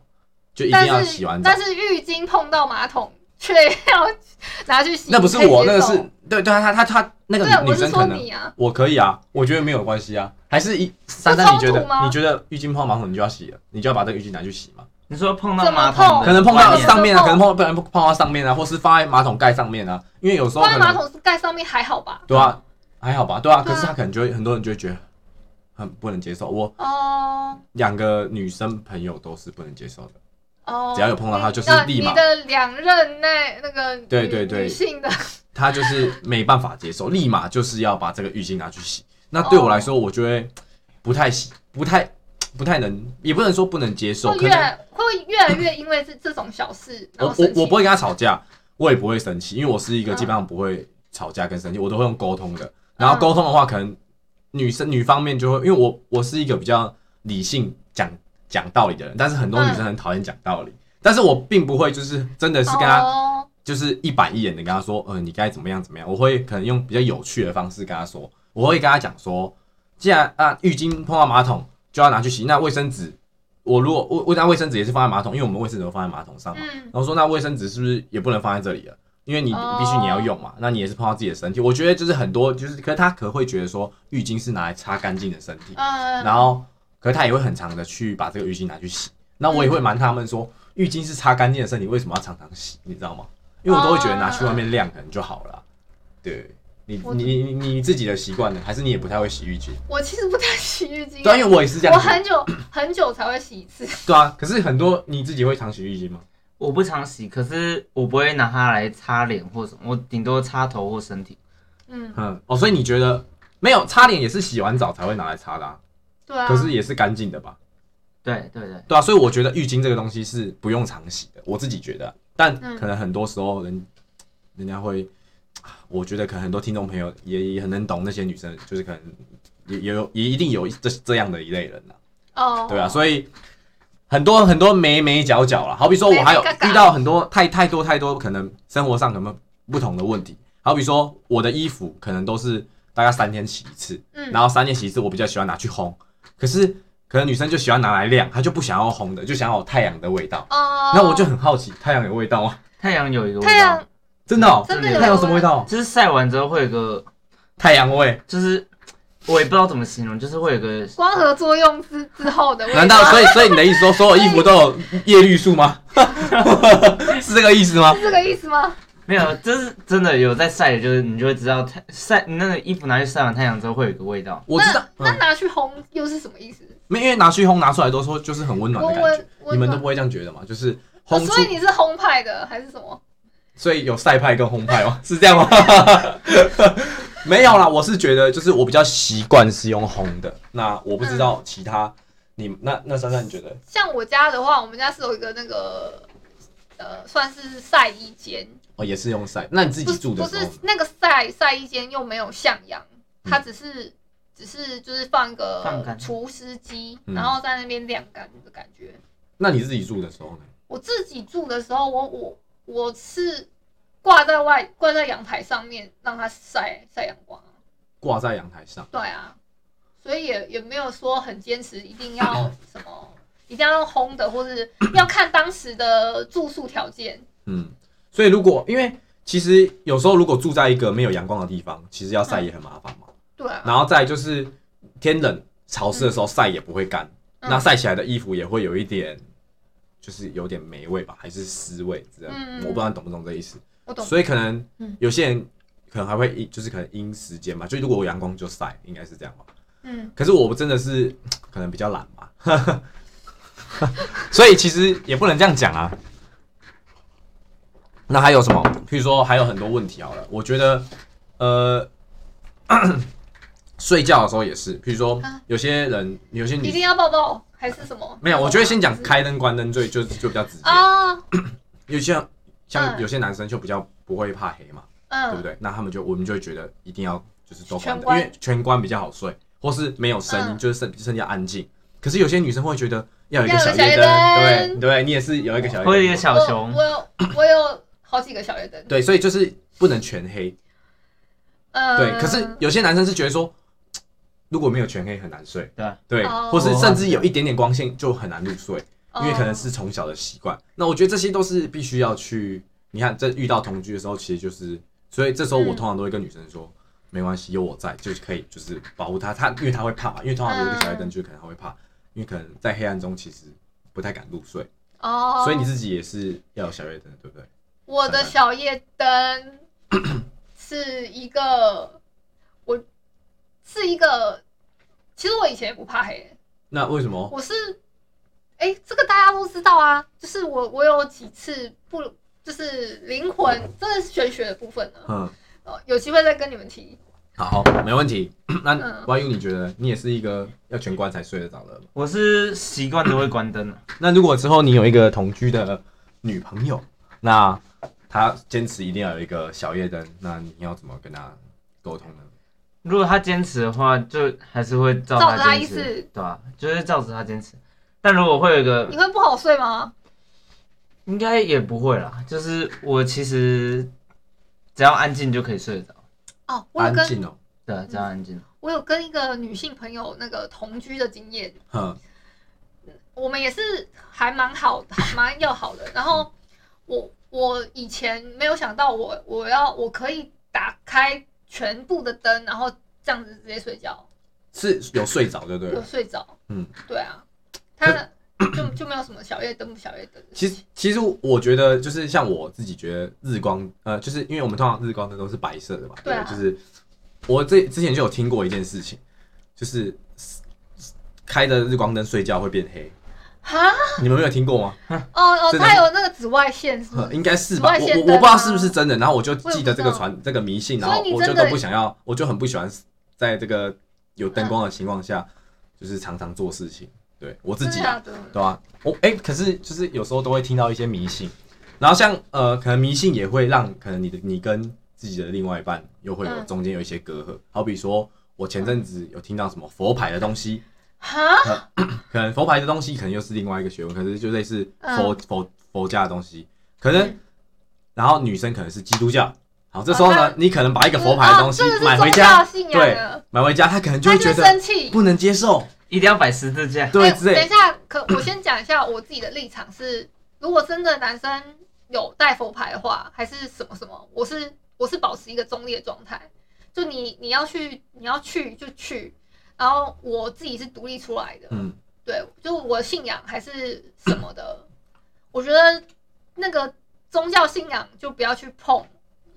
[SPEAKER 1] 就一定
[SPEAKER 2] 但
[SPEAKER 1] 要
[SPEAKER 2] 是
[SPEAKER 1] 洗完澡
[SPEAKER 2] 但。是浴巾碰到马桶却要 [LAUGHS] 拿去洗，
[SPEAKER 1] 那不是我，
[SPEAKER 2] 你
[SPEAKER 1] 那
[SPEAKER 2] 可以接
[SPEAKER 1] 个
[SPEAKER 2] 受
[SPEAKER 1] 是对对啊，他他他那个
[SPEAKER 2] 对，
[SPEAKER 1] 女
[SPEAKER 2] 我
[SPEAKER 1] 女
[SPEAKER 2] 是
[SPEAKER 1] 生可
[SPEAKER 2] 说
[SPEAKER 1] 能
[SPEAKER 2] 你啊，
[SPEAKER 1] 我可以啊，我觉得没有关系啊。还是一珊珊，你觉
[SPEAKER 2] 冲突
[SPEAKER 1] 得
[SPEAKER 2] 吗
[SPEAKER 1] 你觉得浴巾碰到马桶你就要洗了，你就要把这个浴巾拿去洗吗？
[SPEAKER 3] 你说碰到
[SPEAKER 2] 怎么
[SPEAKER 3] 马桶的
[SPEAKER 2] 碰
[SPEAKER 1] 可能碰
[SPEAKER 3] 外
[SPEAKER 1] 到
[SPEAKER 3] 面
[SPEAKER 1] 上面啊，
[SPEAKER 2] 怎
[SPEAKER 1] 可
[SPEAKER 2] 么
[SPEAKER 1] 能碰不然碰到上面啊，或是放在马桶盖上面啊，因为有时候
[SPEAKER 2] 放在
[SPEAKER 1] 可
[SPEAKER 2] 马
[SPEAKER 1] 能
[SPEAKER 2] 桶盖上面还好吧？
[SPEAKER 1] 对啊，还好吧，对啊。
[SPEAKER 2] 对啊
[SPEAKER 1] 可是他可能就会很多人就会觉得很不能接受，我
[SPEAKER 2] 哦
[SPEAKER 1] 两个女生朋友都是不能接受的。
[SPEAKER 2] 哦，
[SPEAKER 1] 只要有碰到它就是
[SPEAKER 2] 那
[SPEAKER 1] 立马
[SPEAKER 2] 你的两任那那个女
[SPEAKER 1] 对对对
[SPEAKER 2] 女性的
[SPEAKER 1] 他就是没办法接受，立马就是要把这个浴巾拿去洗。那对我来说，我就会不太洗，不太不太能，也不能说不能接受，
[SPEAKER 2] 会
[SPEAKER 1] 可能
[SPEAKER 2] 越会越哦来越因为这这种小事，然
[SPEAKER 1] 我
[SPEAKER 2] 后
[SPEAKER 1] 我
[SPEAKER 2] 生气
[SPEAKER 1] 我不会跟他吵架，我也不会生气，因为我是一个
[SPEAKER 2] 嗯
[SPEAKER 1] 基本上不会吵架跟生气，我都会用沟通的。然后沟通的话，可能女生女方面就会，因为我我是一个比较理性讲讲道理的人，但是很
[SPEAKER 2] 嗯
[SPEAKER 1] 多女生很讨厌讲道理，但是我并不会就是真的是跟他
[SPEAKER 2] 哦
[SPEAKER 1] 就是一板一眼的跟他说，呃，你该怎么样怎么样。我会可能用比较有趣的方式跟他说，我会跟他讲说，既然啊浴巾碰到马桶就要拿去洗，那卫生纸我如果我我那卫生纸也是放在马桶，因为我们卫生纸都放在马桶上嘛。
[SPEAKER 2] 嗯，
[SPEAKER 1] 然后说那卫生纸是不是也不能放在这里了？因为你
[SPEAKER 2] 哦
[SPEAKER 1] 必须你要用嘛，那你也是碰到自己的身体。我觉得就是很多就是，可是他可能会觉得说浴巾是拿来擦干净的身体，
[SPEAKER 2] 呃
[SPEAKER 1] 然后可是他也会很常的去把这个浴巾拿去洗。那我也会瞒他们说，浴巾是擦干净的身体，为什么要常常洗？你知道吗？因为我都会觉得拿去外面晾可能就好了啊。对你
[SPEAKER 2] 我
[SPEAKER 1] 你你你自己的习惯呢？还是你也不太会洗浴巾？
[SPEAKER 2] 我其实不太洗浴巾，
[SPEAKER 1] 对啊，因为我也是这
[SPEAKER 2] 我
[SPEAKER 1] 样子。
[SPEAKER 2] 很久很久才会洗一
[SPEAKER 1] [COUGHS]
[SPEAKER 2] 次。
[SPEAKER 1] 对啊，可是很多你自己会常洗浴巾吗？
[SPEAKER 3] 我不常洗，可是我不会拿它来擦脸或什么，我顶多擦头或身体。
[SPEAKER 2] 嗯，
[SPEAKER 1] 嗯，哦，所以你觉得没有擦脸也是洗完澡才会拿来擦的、啊，
[SPEAKER 2] 对啊。
[SPEAKER 1] 可是也是干净的吧？
[SPEAKER 3] 对对对，
[SPEAKER 1] 对啊，所以我觉得浴巾这个东西是不用常洗的，我自己觉得。啊但
[SPEAKER 2] 嗯
[SPEAKER 1] 可能很多时候人，人家会，啊我觉得可能很多听众朋友也也很能懂那些女生，就是可能也也有也一定有这这样的一类人呐、
[SPEAKER 2] 哦，
[SPEAKER 1] 对啊，所以很多很多眉眉角角啦，好比说我还有
[SPEAKER 2] 眉眉角角
[SPEAKER 1] 遇到很多太太多太多可能生活上可能不同的问题，好比说我的衣服可能都是大概三天洗一次，
[SPEAKER 2] 嗯
[SPEAKER 1] 然后三天洗一次我比较喜欢拿去烘，可是可能女生就喜欢拿来晾，她就不想要烘的，就想要有太阳的味道。
[SPEAKER 2] 哦，
[SPEAKER 1] 那我就很好奇，太阳有味道吗？
[SPEAKER 3] 太阳有一个味
[SPEAKER 2] 太
[SPEAKER 3] 道
[SPEAKER 2] 阳，
[SPEAKER 1] 真的、哦，
[SPEAKER 2] 真的
[SPEAKER 3] 有
[SPEAKER 1] 太阳有什么味道？哦
[SPEAKER 3] 就是晒完之后会有个，
[SPEAKER 1] 太阳味？
[SPEAKER 3] 就是我也不知道怎么形容，就是会有个
[SPEAKER 2] 光合作用之之后的味道，
[SPEAKER 1] 难道所以所以你的意
[SPEAKER 2] [LAUGHS]
[SPEAKER 1] 思说所有衣服都有叶绿素吗？ [LAUGHS] 是这个意思吗？
[SPEAKER 2] 是这个意思吗？
[SPEAKER 3] 没有，就是真的有在晒的，就是你就会知道太晒你那个衣服拿去晒完太阳之后会有一个味道。
[SPEAKER 1] 我知道，
[SPEAKER 2] 那
[SPEAKER 1] 嗯
[SPEAKER 2] 拿去烘又是什么意思？
[SPEAKER 1] 没因为拿去烘拿出来都说就是很温暖的
[SPEAKER 2] 温
[SPEAKER 1] 感觉。
[SPEAKER 2] 温温
[SPEAKER 1] 你们都
[SPEAKER 2] 暖
[SPEAKER 1] 不。会这样觉得吗？就是
[SPEAKER 2] 哦
[SPEAKER 1] 烘出，
[SPEAKER 2] 所以你是烘派的还是什么？
[SPEAKER 1] 所以有晒派跟烘派吗？ [LAUGHS] 是这样吗？ [LAUGHS] 没有啦，我是觉得就是我比较习惯是用烘的。那我不知道其他、你那那珊珊你觉得？
[SPEAKER 2] 像我家的话，我们家是有一个那个呃，算是晒衣间，
[SPEAKER 1] 哦，也是用晒。那你自
[SPEAKER 2] 不
[SPEAKER 1] 己
[SPEAKER 2] 是
[SPEAKER 1] 住的
[SPEAKER 2] 不
[SPEAKER 1] 时候
[SPEAKER 2] 是，那个晒晒衣间又没有向阳，
[SPEAKER 1] 嗯
[SPEAKER 2] 它只是只是就是放一
[SPEAKER 3] 放
[SPEAKER 2] 个
[SPEAKER 3] 干
[SPEAKER 2] 除湿机，
[SPEAKER 1] 嗯
[SPEAKER 2] 然后在那边晾干的感觉。
[SPEAKER 1] 那你自己住的时候呢？
[SPEAKER 2] 我自己住的时候，我我我是挂在外挂在阳台上面让它晒晒阳光啊，
[SPEAKER 1] 挂在阳台上，
[SPEAKER 2] 对啊，所以也也没有说很坚持一定
[SPEAKER 1] [CLEARS THROAT]
[SPEAKER 2] 要什么。一定要用烘的，或是要看当时的住宿条件。
[SPEAKER 1] 嗯，所以如果因为其实有时候如果住在一个没有阳光的地方，其实要晒也很麻烦嘛。
[SPEAKER 2] 对啊，
[SPEAKER 1] 然后再就是天冷潮湿的时候晒也不会干，
[SPEAKER 2] 嗯
[SPEAKER 1] 那晒起来的衣服也会有一点就是有点霉味吧，还是湿味之类的，
[SPEAKER 2] 嗯嗯嗯
[SPEAKER 1] 我不知道你懂不懂这意思。
[SPEAKER 2] 我懂。
[SPEAKER 1] 所以可能
[SPEAKER 2] 嗯
[SPEAKER 1] 有些人可能还会因就是可能因时间嘛，就如果有阳光就晒，应该是这样吧。
[SPEAKER 2] 嗯，
[SPEAKER 1] 可是我真的是可能比较懒嘛， [LAUGHS] 所以其实也不能这样讲啊。那还有什么？譬如说还有很多问题好了，我觉得呃， [CLEARS THROAT] 睡觉的时候也是，譬如说
[SPEAKER 2] 啊
[SPEAKER 1] 有些人有些
[SPEAKER 2] 一定
[SPEAKER 1] 女
[SPEAKER 2] 要抱抱还是什么？
[SPEAKER 1] 没有，我觉得先讲开灯关灯最就就比较直接，
[SPEAKER 2] 啊，
[SPEAKER 1] 有些像
[SPEAKER 2] 嗯
[SPEAKER 1] 有些男生就比较不会怕黑嘛。
[SPEAKER 2] 嗯，
[SPEAKER 1] 对不对？那他们就我们就会觉得一定要就是都关
[SPEAKER 2] 全
[SPEAKER 1] 灯，
[SPEAKER 2] 关
[SPEAKER 1] 因为全关比较好睡，或是没有声音，
[SPEAKER 2] 嗯
[SPEAKER 1] 就是身身体要安静。可是有些女生会觉得要有一个
[SPEAKER 2] 要有
[SPEAKER 1] 小
[SPEAKER 2] 个小
[SPEAKER 1] 夜
[SPEAKER 2] 夜
[SPEAKER 1] 灯，对
[SPEAKER 2] 灯
[SPEAKER 1] 对，你也是有一个小
[SPEAKER 3] 或者一
[SPEAKER 1] 夜
[SPEAKER 3] 个
[SPEAKER 1] 灯，
[SPEAKER 3] 小
[SPEAKER 2] 我
[SPEAKER 3] 熊，
[SPEAKER 2] 我有我有好几个小夜灯。
[SPEAKER 1] 对，所以就是不能全黑，
[SPEAKER 2] 呃，
[SPEAKER 1] 对。可是有些男生是觉得说，如果没有全黑很难睡，
[SPEAKER 3] 对啊
[SPEAKER 1] 对，
[SPEAKER 2] 哦
[SPEAKER 1] 或是甚至有一点点光线就很难入睡，因为可能
[SPEAKER 2] 哦
[SPEAKER 1] 是从小的习惯。那我觉得这些都是必须要去，你看这遇到同居的时候，其实就是，所以这时候我
[SPEAKER 2] 嗯
[SPEAKER 1] 通常都会跟女生说，没关系，有我在就可以，就是保护她。她因为她会怕嘛，因为通常有一个
[SPEAKER 2] 嗯
[SPEAKER 1] 小夜灯，就可能她会怕，因为可能在黑暗中其实不太敢入睡，
[SPEAKER 2] 哦，
[SPEAKER 1] 所以你自己也是要有小夜灯的，对不对？
[SPEAKER 2] 我的小夜灯是一个， [COUGHS] 我是一个，其实我以前也不怕黑，
[SPEAKER 1] 那为什么？
[SPEAKER 2] 我是，哎、这个大家都知道啊，就是我我有几次不就是灵魂，这是玄学的部分呢，
[SPEAKER 1] 嗯，
[SPEAKER 2] 呃，有机会再跟你们提。
[SPEAKER 1] 好，没问题。 [COUGHS] 那
[SPEAKER 2] 嗯
[SPEAKER 1] YU 你觉得你也是一个要全关才睡得着的吗？
[SPEAKER 3] 我是习惯都会关灯了。
[SPEAKER 1] 那如果之后你有一个同居的女朋友，那她坚持一定要有一个小夜灯，那你要怎么跟她沟通呢？
[SPEAKER 3] 如果他坚持的话，就还是会照
[SPEAKER 2] 照着他
[SPEAKER 3] 坚
[SPEAKER 2] 意
[SPEAKER 3] 持，
[SPEAKER 2] 思
[SPEAKER 3] 对吧、就是照着他坚持。但如果会有一个
[SPEAKER 2] 你会不好睡吗？
[SPEAKER 3] 应该也不会啦，就是我其实只要安静就可以睡得着，
[SPEAKER 2] 哦，我有
[SPEAKER 1] 安
[SPEAKER 2] 跟
[SPEAKER 1] 静哦，
[SPEAKER 3] 对啊，只要安静。
[SPEAKER 2] 我有跟一个女性朋友那个同居的经验，
[SPEAKER 1] 哼，
[SPEAKER 2] 我们也是还蛮好的，蛮要好的。然后我我以前没有想到我我要我可以打开全部的灯，然后这样子直接睡觉，
[SPEAKER 1] 是有睡着就对
[SPEAKER 2] 有
[SPEAKER 1] 了。
[SPEAKER 2] 睡着。
[SPEAKER 1] 嗯，
[SPEAKER 2] 对啊，他的就就没有什么小夜灯不小夜灯的
[SPEAKER 1] 其
[SPEAKER 2] 事
[SPEAKER 1] 实
[SPEAKER 2] 情。，
[SPEAKER 1] 其实我觉得就是像我自己觉得日光，呃，就是因为我们通常日光灯都是白色的嘛，
[SPEAKER 2] 对啊
[SPEAKER 1] 就是我这之前就有听过一件事情，就是开着日光灯睡觉会变黑，
[SPEAKER 2] 哈
[SPEAKER 1] 你们没有听过吗？
[SPEAKER 2] 哦哦，
[SPEAKER 1] 真的
[SPEAKER 2] 他有那个紫外线是
[SPEAKER 1] 呃
[SPEAKER 2] 吗？
[SPEAKER 1] 应该是
[SPEAKER 2] 紫外
[SPEAKER 1] 吧，我
[SPEAKER 2] 线
[SPEAKER 1] 我
[SPEAKER 2] 灯
[SPEAKER 1] 我不知道
[SPEAKER 2] 啊
[SPEAKER 1] 是不是真的，然后我就
[SPEAKER 2] 我也
[SPEAKER 1] 记
[SPEAKER 2] 不
[SPEAKER 1] 得
[SPEAKER 2] 知
[SPEAKER 1] 这个
[SPEAKER 2] 道
[SPEAKER 1] 传这个迷信，然
[SPEAKER 2] 所以
[SPEAKER 1] 后
[SPEAKER 2] 你
[SPEAKER 1] 我就
[SPEAKER 2] 真的
[SPEAKER 1] 都不想要，我就很不喜欢在这个有灯光的情况下，就是常常做事情，对我自己
[SPEAKER 2] 真
[SPEAKER 1] 啊，
[SPEAKER 2] 的假的
[SPEAKER 1] 对吧、我哎、可是就是有时候都会听到一些迷信，然后像呃，可能迷信也会让可能你的你跟自己的另外一半又会有
[SPEAKER 2] 嗯
[SPEAKER 1] 中间有一些隔阂，好比说我前阵子有听到什么佛牌的东西，
[SPEAKER 2] 哈，
[SPEAKER 1] 可能佛牌的东西可能又是另外一个学问，可是就类似
[SPEAKER 2] 嗯
[SPEAKER 1] 佛、佛佛家的东西，可能、
[SPEAKER 2] 嗯
[SPEAKER 1] 然后女生可能是基督教，好，这时候呢，
[SPEAKER 2] 啊
[SPEAKER 1] 你可能把一个佛牌的东西
[SPEAKER 2] 哦这个是
[SPEAKER 1] 买回
[SPEAKER 2] 宗教
[SPEAKER 1] 家，
[SPEAKER 2] 信仰
[SPEAKER 1] 对
[SPEAKER 2] 的，
[SPEAKER 1] 买回家，她可能就
[SPEAKER 2] 他就
[SPEAKER 1] 会觉
[SPEAKER 2] 是
[SPEAKER 1] 得
[SPEAKER 2] 生气。
[SPEAKER 1] 不能接受，
[SPEAKER 3] 一定要摆十字架，
[SPEAKER 1] 对
[SPEAKER 2] 哎
[SPEAKER 1] 之
[SPEAKER 2] 等一
[SPEAKER 1] 类，
[SPEAKER 2] 下，可我先讲一下我自己的立场是，如果真的男生有带佛牌的话，还是什么什么，我是我是保持一个中立的状态，就你你要去你要去就去，然后我自己是独立出来的，
[SPEAKER 1] 嗯，
[SPEAKER 2] 对，就我信仰还是什么的，我觉得那个宗教信仰就不要去碰，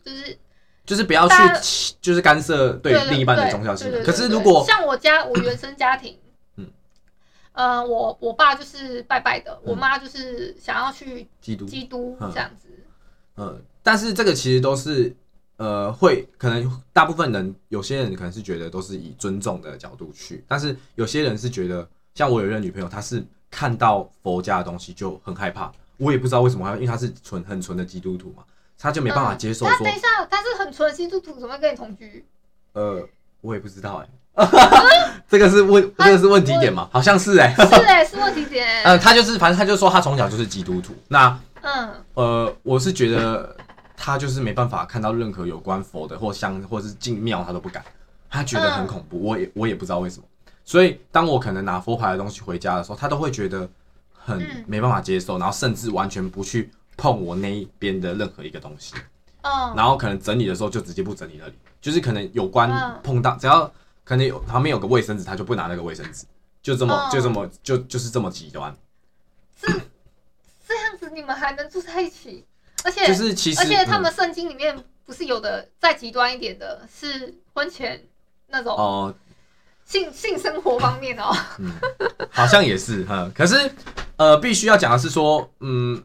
[SPEAKER 2] 就是
[SPEAKER 1] 就是不要去
[SPEAKER 2] 大家
[SPEAKER 1] 起就是干涉对
[SPEAKER 2] 对对
[SPEAKER 1] 另一半的
[SPEAKER 2] 对
[SPEAKER 1] 宗教信
[SPEAKER 2] 对
[SPEAKER 1] 仰。
[SPEAKER 2] 对
[SPEAKER 1] 可
[SPEAKER 2] 对
[SPEAKER 1] 是
[SPEAKER 2] 对
[SPEAKER 1] 如果
[SPEAKER 2] 像我家我原生家庭，
[SPEAKER 1] [COUGHS] 嗯
[SPEAKER 2] 嗯，呃，我我爸就是拜拜的，我
[SPEAKER 1] 嗯
[SPEAKER 2] 妈就是想要去
[SPEAKER 1] 基督，
[SPEAKER 2] 基督
[SPEAKER 1] 嗯
[SPEAKER 2] 这样子，
[SPEAKER 1] 嗯，但是这个其实都是呃，会可能大部分人，有些人可能是觉得都是以尊重的角度去，但是有些人是觉得，像我有一个女朋友，她是看到佛家的东西就很害怕，我也不知道为什么，因为她是纯很纯的基督徒嘛，她就没办法接
[SPEAKER 2] 嗯
[SPEAKER 1] 受
[SPEAKER 2] 他
[SPEAKER 1] 说
[SPEAKER 2] 等，一下，他是很纯的基督徒，怎么会跟你同
[SPEAKER 1] [LAUGHS]
[SPEAKER 2] 居？
[SPEAKER 1] 呃，我也不知道哎、 [LAUGHS] 这个是问这个是问题点嘛？好
[SPEAKER 2] [LAUGHS]
[SPEAKER 1] 像是哎、
[SPEAKER 2] 是哎、是问题点。
[SPEAKER 1] 呃，她就是反正她就说她从小就是基督徒，那
[SPEAKER 2] 嗯，
[SPEAKER 1] 呃，我是觉得他就是没办法看到任何有关佛的或香或是进庙，他都不敢，他觉得很恐怖。我也我也不知道
[SPEAKER 2] 嗯
[SPEAKER 1] 为什么。所以当我可能拿佛牌的东西回家的时候，他都会觉得很
[SPEAKER 2] 嗯
[SPEAKER 1] 没办法接受，然后甚至完全不去碰我那一边的任何一个东西。
[SPEAKER 2] 哦，
[SPEAKER 1] 然后可能整理的时候就直接不整理那里，就是可能有关
[SPEAKER 2] 嗯
[SPEAKER 1] 碰到，只要可能有旁边有个卫生纸，他就不拿那个卫生纸，就这么
[SPEAKER 2] 嗯
[SPEAKER 1] 就这么就就是这么极端。
[SPEAKER 2] 你们还能住在一起，而且、
[SPEAKER 1] 就是
[SPEAKER 3] 嗯
[SPEAKER 1] 其实
[SPEAKER 2] 而且他们圣经里面不是有的再极端一点的，是婚前那种
[SPEAKER 1] 哦，
[SPEAKER 2] 性、性生活方面哦，
[SPEAKER 1] 嗯，好像也是哈。可是呃，必须要讲的是说，嗯，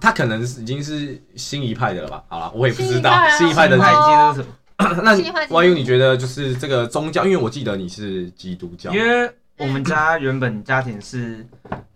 [SPEAKER 1] 他可能是已经是新一派的了吧？好了，我也不知道
[SPEAKER 2] 新
[SPEAKER 1] 新
[SPEAKER 2] 一
[SPEAKER 1] 一
[SPEAKER 2] 派啊
[SPEAKER 1] 派的
[SPEAKER 3] 派基督徒，
[SPEAKER 1] 那
[SPEAKER 2] 新一派基督徒
[SPEAKER 1] Y U 你觉得就是这个宗教？因为我记得你是基督教，
[SPEAKER 3] 因为我们家原本家庭是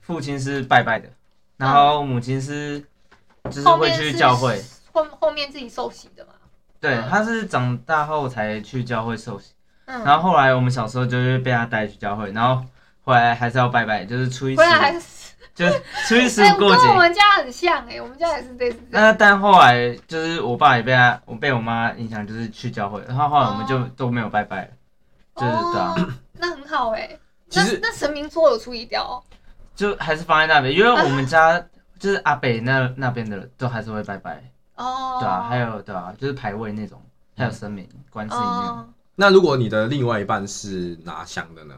[SPEAKER 3] 父亲是拜拜
[SPEAKER 2] 嗯
[SPEAKER 3] 的，然后母亲是 [LAUGHS] 就是
[SPEAKER 2] 后
[SPEAKER 3] 会
[SPEAKER 2] 面
[SPEAKER 3] 去
[SPEAKER 2] 是
[SPEAKER 3] 教会，
[SPEAKER 2] 后后面自己受洗的嘛，
[SPEAKER 3] 对，他是长大后才去教会受洗，
[SPEAKER 2] 嗯，
[SPEAKER 3] 然后后来我们小时候就是被他带去教会，然后回来还是要拜拜，就是初一十
[SPEAKER 2] 回来还是
[SPEAKER 3] [LAUGHS] 就是初一十
[SPEAKER 2] 哎， [LAUGHS]
[SPEAKER 3] 五过
[SPEAKER 2] 跟我
[SPEAKER 3] 节。
[SPEAKER 2] 们家很像哎、我们家也是这这样，
[SPEAKER 3] 那但后来就是我爸也被他，我被我妈影响，就是去教会，然后后来我们就
[SPEAKER 2] 哦
[SPEAKER 3] 都没有拜拜了， [LAUGHS] 就是对啊，
[SPEAKER 2] 哦，那很好哎、
[SPEAKER 1] 其实
[SPEAKER 2] 那那神明桌有处理掉哦，
[SPEAKER 3] 就还是放在那边，因为我们家就是阿北那那边的人都还是会拜拜，
[SPEAKER 2] 哦，嗯
[SPEAKER 3] 对啊，还有对啊，就是排位那种，还有神明、观世音那种。。
[SPEAKER 2] 哦，
[SPEAKER 1] 那如果你的另外一半是哪想的呢？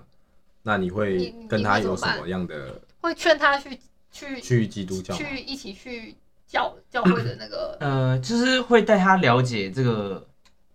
[SPEAKER 1] 那你
[SPEAKER 2] 你
[SPEAKER 1] 会
[SPEAKER 2] 你
[SPEAKER 1] 跟他
[SPEAKER 2] 会怎么
[SPEAKER 1] 有什
[SPEAKER 2] 办
[SPEAKER 1] 么样的
[SPEAKER 2] 会劝他去去
[SPEAKER 1] 去基督教吗？
[SPEAKER 2] 去一起去教教会的那个
[SPEAKER 3] 呃，就是会带他了解这个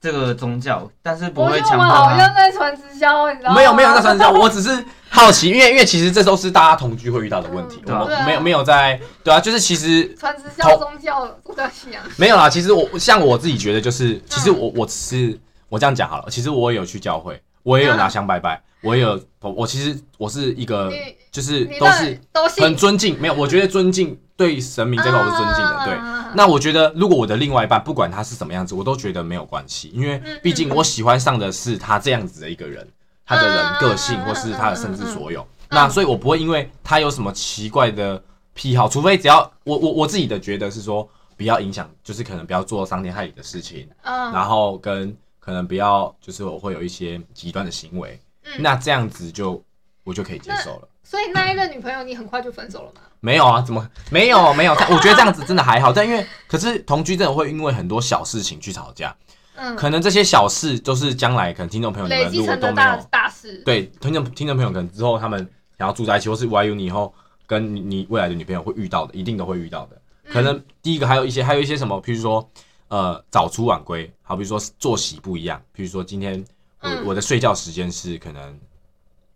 [SPEAKER 3] 这个宗教，但是不
[SPEAKER 2] 我
[SPEAKER 3] 会
[SPEAKER 2] 觉哦得我
[SPEAKER 3] 强
[SPEAKER 2] 们
[SPEAKER 3] 迫
[SPEAKER 2] 好
[SPEAKER 3] 他。
[SPEAKER 2] 像在传直销，你知道吗？
[SPEAKER 1] 没有没有，那算是这样我只是好奇，因为因为其实这都是大家同居会遇到的问题，
[SPEAKER 2] 嗯
[SPEAKER 1] 我
[SPEAKER 2] 对啊
[SPEAKER 1] 们没有没有在对啊，就是其实
[SPEAKER 2] 传直销宗教宗教信仰。
[SPEAKER 1] 没有啦，其实我像我自己觉得
[SPEAKER 2] 嗯
[SPEAKER 1] 就是，其实我我是我这样讲好了，其实我也有去教会，我也
[SPEAKER 2] 啊
[SPEAKER 1] 有拿香拜拜，我也有我其实我是一个
[SPEAKER 2] 你
[SPEAKER 1] 就是
[SPEAKER 2] 你
[SPEAKER 1] 都
[SPEAKER 2] 到底
[SPEAKER 1] 是
[SPEAKER 2] 都信
[SPEAKER 1] 很尊敬，没有，我觉得尊敬对神明这块我是尊敬的，对。
[SPEAKER 2] 啊
[SPEAKER 1] 那我觉得，如果我的另外一半不管他是什么样子，我都觉得没有关系，因为
[SPEAKER 2] 嗯
[SPEAKER 1] 毕竟我喜欢上的是他这样子的一个人，他的人
[SPEAKER 2] 嗯
[SPEAKER 1] 个性
[SPEAKER 2] 嗯
[SPEAKER 1] 或是他的身世所有。那所以，我不会因为他有什么奇怪的癖好，除非只要我我我自己的觉得是说，不要影响，就是可能不要做伤天害理的事情，
[SPEAKER 2] 嗯
[SPEAKER 1] 然后跟可能不要就是我会有一些极端的行为，
[SPEAKER 2] 嗯，
[SPEAKER 1] 那这样子就我就可以接受了。
[SPEAKER 2] 所以那一任女朋友你很快就分手了吗？
[SPEAKER 1] 没有啊，怎么没有没有？但我觉得这样子真的还好，但因为可是同居真的会因为很多小事情去吵架，
[SPEAKER 2] 嗯，
[SPEAKER 1] 可能这些小事都是将来可能听众朋友你
[SPEAKER 2] 累
[SPEAKER 1] 们
[SPEAKER 2] 积
[SPEAKER 1] 如果
[SPEAKER 2] 成的
[SPEAKER 1] 都没
[SPEAKER 2] 大
[SPEAKER 1] 有
[SPEAKER 2] 大事。
[SPEAKER 1] 对听众听众朋友可能之后他们想要住在一起，或是 YU 你以后跟你你未来的女朋友会遇到的，一定都会遇到的。
[SPEAKER 2] 嗯，
[SPEAKER 1] 可能第一个还有一些还有一些什么，譬如说呃早出晚归，好比说作息不一样，譬如说今天我、
[SPEAKER 2] 嗯
[SPEAKER 1] 我的睡觉时间是可能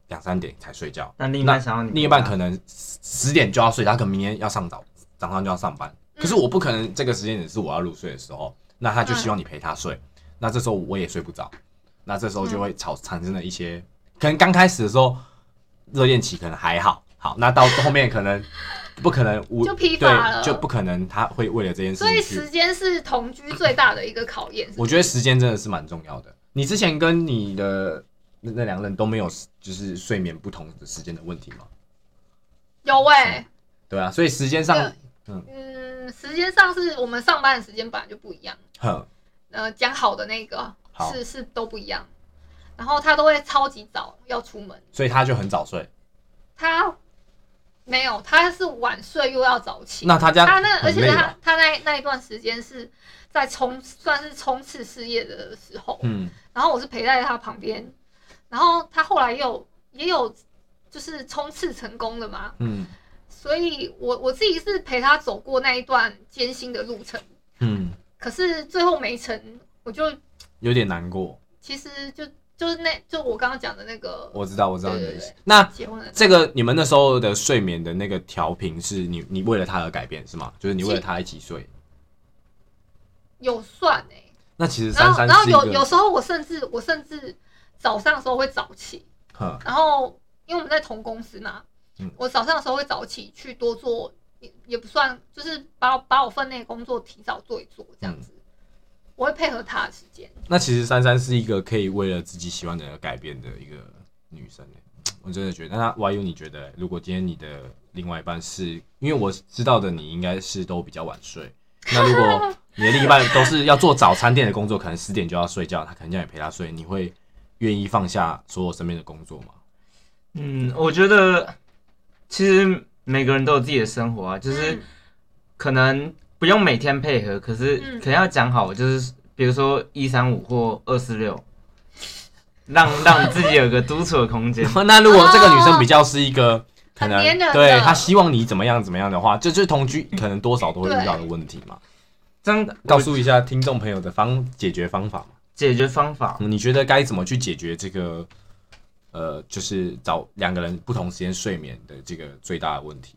[SPEAKER 1] 两三点才睡觉，
[SPEAKER 3] 那另一半想要你，
[SPEAKER 1] 另一半可能十十点就要睡，他可能明天要上早，早上就要上班。
[SPEAKER 2] 嗯
[SPEAKER 1] 可是我不可能这个时间点是我要入睡的时候，那他就希望你陪他睡，那这时候我也睡不着，那这时候就会吵产生了一些，可能刚开始的时候热恋期可能还好，好，那到后面可能不可能无
[SPEAKER 2] 就疲乏了
[SPEAKER 1] 对，就不可能他会为了这件事
[SPEAKER 2] 所以
[SPEAKER 1] 情
[SPEAKER 2] 时
[SPEAKER 1] 去。
[SPEAKER 2] 间是同居最大的一个考验。是不
[SPEAKER 1] 我
[SPEAKER 2] 是
[SPEAKER 1] 觉得时间真的是蛮重要的。你之前跟你的那那两任都没有就是睡眠不同的时间的问题吗？
[SPEAKER 2] 有哎，
[SPEAKER 1] 对啊，所以时间上
[SPEAKER 2] 对，嗯，时间上是我们上班的时间本来就不一样。
[SPEAKER 1] 哼，
[SPEAKER 2] 呃讲好的那个
[SPEAKER 1] 好
[SPEAKER 2] 是是都不一样，然后他都会超级早要出门，
[SPEAKER 1] 所以他就很早睡。
[SPEAKER 2] 他没有，他是晚睡又要早起。
[SPEAKER 1] 那他这样
[SPEAKER 2] 他啊那而
[SPEAKER 1] 很
[SPEAKER 2] 且
[SPEAKER 1] 累啊
[SPEAKER 2] 他
[SPEAKER 1] 吧？
[SPEAKER 2] 他那那一段时间是在冲算是冲刺事业的时候，
[SPEAKER 1] 嗯，
[SPEAKER 2] 然后我是陪在他旁边，然后他后来也有也有就是冲刺成功的嘛，
[SPEAKER 1] 嗯
[SPEAKER 2] 所以我我自己是陪他走过那一段艰辛的路程，
[SPEAKER 1] 嗯，
[SPEAKER 2] 可是最后没成，我就
[SPEAKER 1] 有点难过。
[SPEAKER 2] 其实就就是那就我刚刚讲的那个
[SPEAKER 1] 我知道，我知道你
[SPEAKER 2] 对
[SPEAKER 1] 的
[SPEAKER 2] 对
[SPEAKER 1] 意
[SPEAKER 2] 对
[SPEAKER 1] 思。那
[SPEAKER 2] 结婚的，
[SPEAKER 1] 这个你们那时候的睡眠的那个调频，是你你为了他而改变是吗？就是你为了他一起睡。
[SPEAKER 2] 有算哎、
[SPEAKER 1] 那其实
[SPEAKER 2] 然
[SPEAKER 1] 珊
[SPEAKER 2] 后
[SPEAKER 1] 珊
[SPEAKER 2] 然后
[SPEAKER 1] 是一
[SPEAKER 2] 有有
[SPEAKER 1] 个，
[SPEAKER 2] 时候我甚至我甚至早上的时候会早起，
[SPEAKER 1] 哼
[SPEAKER 2] 然后因为我们在同公司嘛，
[SPEAKER 1] 嗯
[SPEAKER 2] 我早上的时候会早起去多做，也也不算就是把我把我分内的工作提早做一做这样
[SPEAKER 1] 嗯
[SPEAKER 2] 子，我会配合他的时间。
[SPEAKER 1] 那其实珊珊是一个可以为了自己喜欢的人而改变的一个女生欸我真的觉得，那 YU 你觉得欸，如果今天你的另外一半是，因为我知道的你应该是都比较晚
[SPEAKER 2] [LAUGHS]
[SPEAKER 1] 睡，那如果你的另一半都是要做早餐店的工作，可能十点就要睡觉，他可能叫你陪他睡，你会愿意放下所有身边的工作吗？ [LAUGHS]
[SPEAKER 3] 嗯，我觉得其实每个人都有自己的生活啊，就是
[SPEAKER 2] 嗯
[SPEAKER 3] 可能不用每天配合，可是
[SPEAKER 2] 嗯
[SPEAKER 3] 可能要讲好，就是比如说一三五或二四六，让让你自己有个独处的空间。
[SPEAKER 1] [LAUGHS] 那如果这个女生比较是一个可
[SPEAKER 2] 哦很
[SPEAKER 1] 能
[SPEAKER 2] 黏人的
[SPEAKER 1] 对他希望你怎么样怎么样的话，这就是同居可能多少都会遇到的问题嘛。
[SPEAKER 3] 这样
[SPEAKER 1] 告诉一下听众朋友的方解决方法嘛，
[SPEAKER 3] 解决方法，
[SPEAKER 1] 你觉得该怎么去解决这个？呃，就是找两个人不同时间睡眠的这个最大的问题。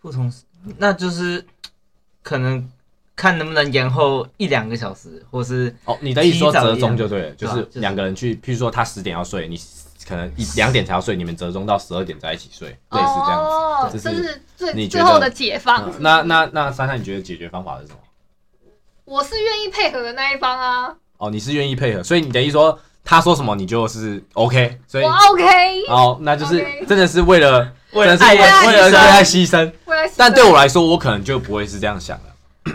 [SPEAKER 3] 不同时，那就是可能看能不能延后一两个小时，或是
[SPEAKER 1] 哦，你的意思说折中就对了，
[SPEAKER 3] 提
[SPEAKER 1] 就
[SPEAKER 3] 早一样啊
[SPEAKER 1] 是两个人去，譬如说他十点要睡，你可能一两点才要睡，你们折中到十二点在一起睡，类似这样子。
[SPEAKER 2] 哦，
[SPEAKER 1] 对
[SPEAKER 2] 这
[SPEAKER 1] 这
[SPEAKER 2] 是最
[SPEAKER 1] 你
[SPEAKER 2] 最
[SPEAKER 1] 觉得
[SPEAKER 2] 后的解放
[SPEAKER 1] 嗯。那那那珊珊，你觉得解决方法是什么？
[SPEAKER 2] 我是愿意配合的那一方啊，
[SPEAKER 1] 哦，你是愿意配合，所以你的意思说他说什么你就是 OK，所以
[SPEAKER 2] 我 OK，
[SPEAKER 1] 哦，那就是
[SPEAKER 2] OK
[SPEAKER 1] 真的是为了
[SPEAKER 3] 为了
[SPEAKER 1] 真的是
[SPEAKER 3] 爱
[SPEAKER 2] 而
[SPEAKER 1] 为了为了
[SPEAKER 2] 牺牲
[SPEAKER 3] 啊
[SPEAKER 1] 爱牺牲。
[SPEAKER 2] 我来试试。
[SPEAKER 1] 但对我来说，我可能就不会是这样想的，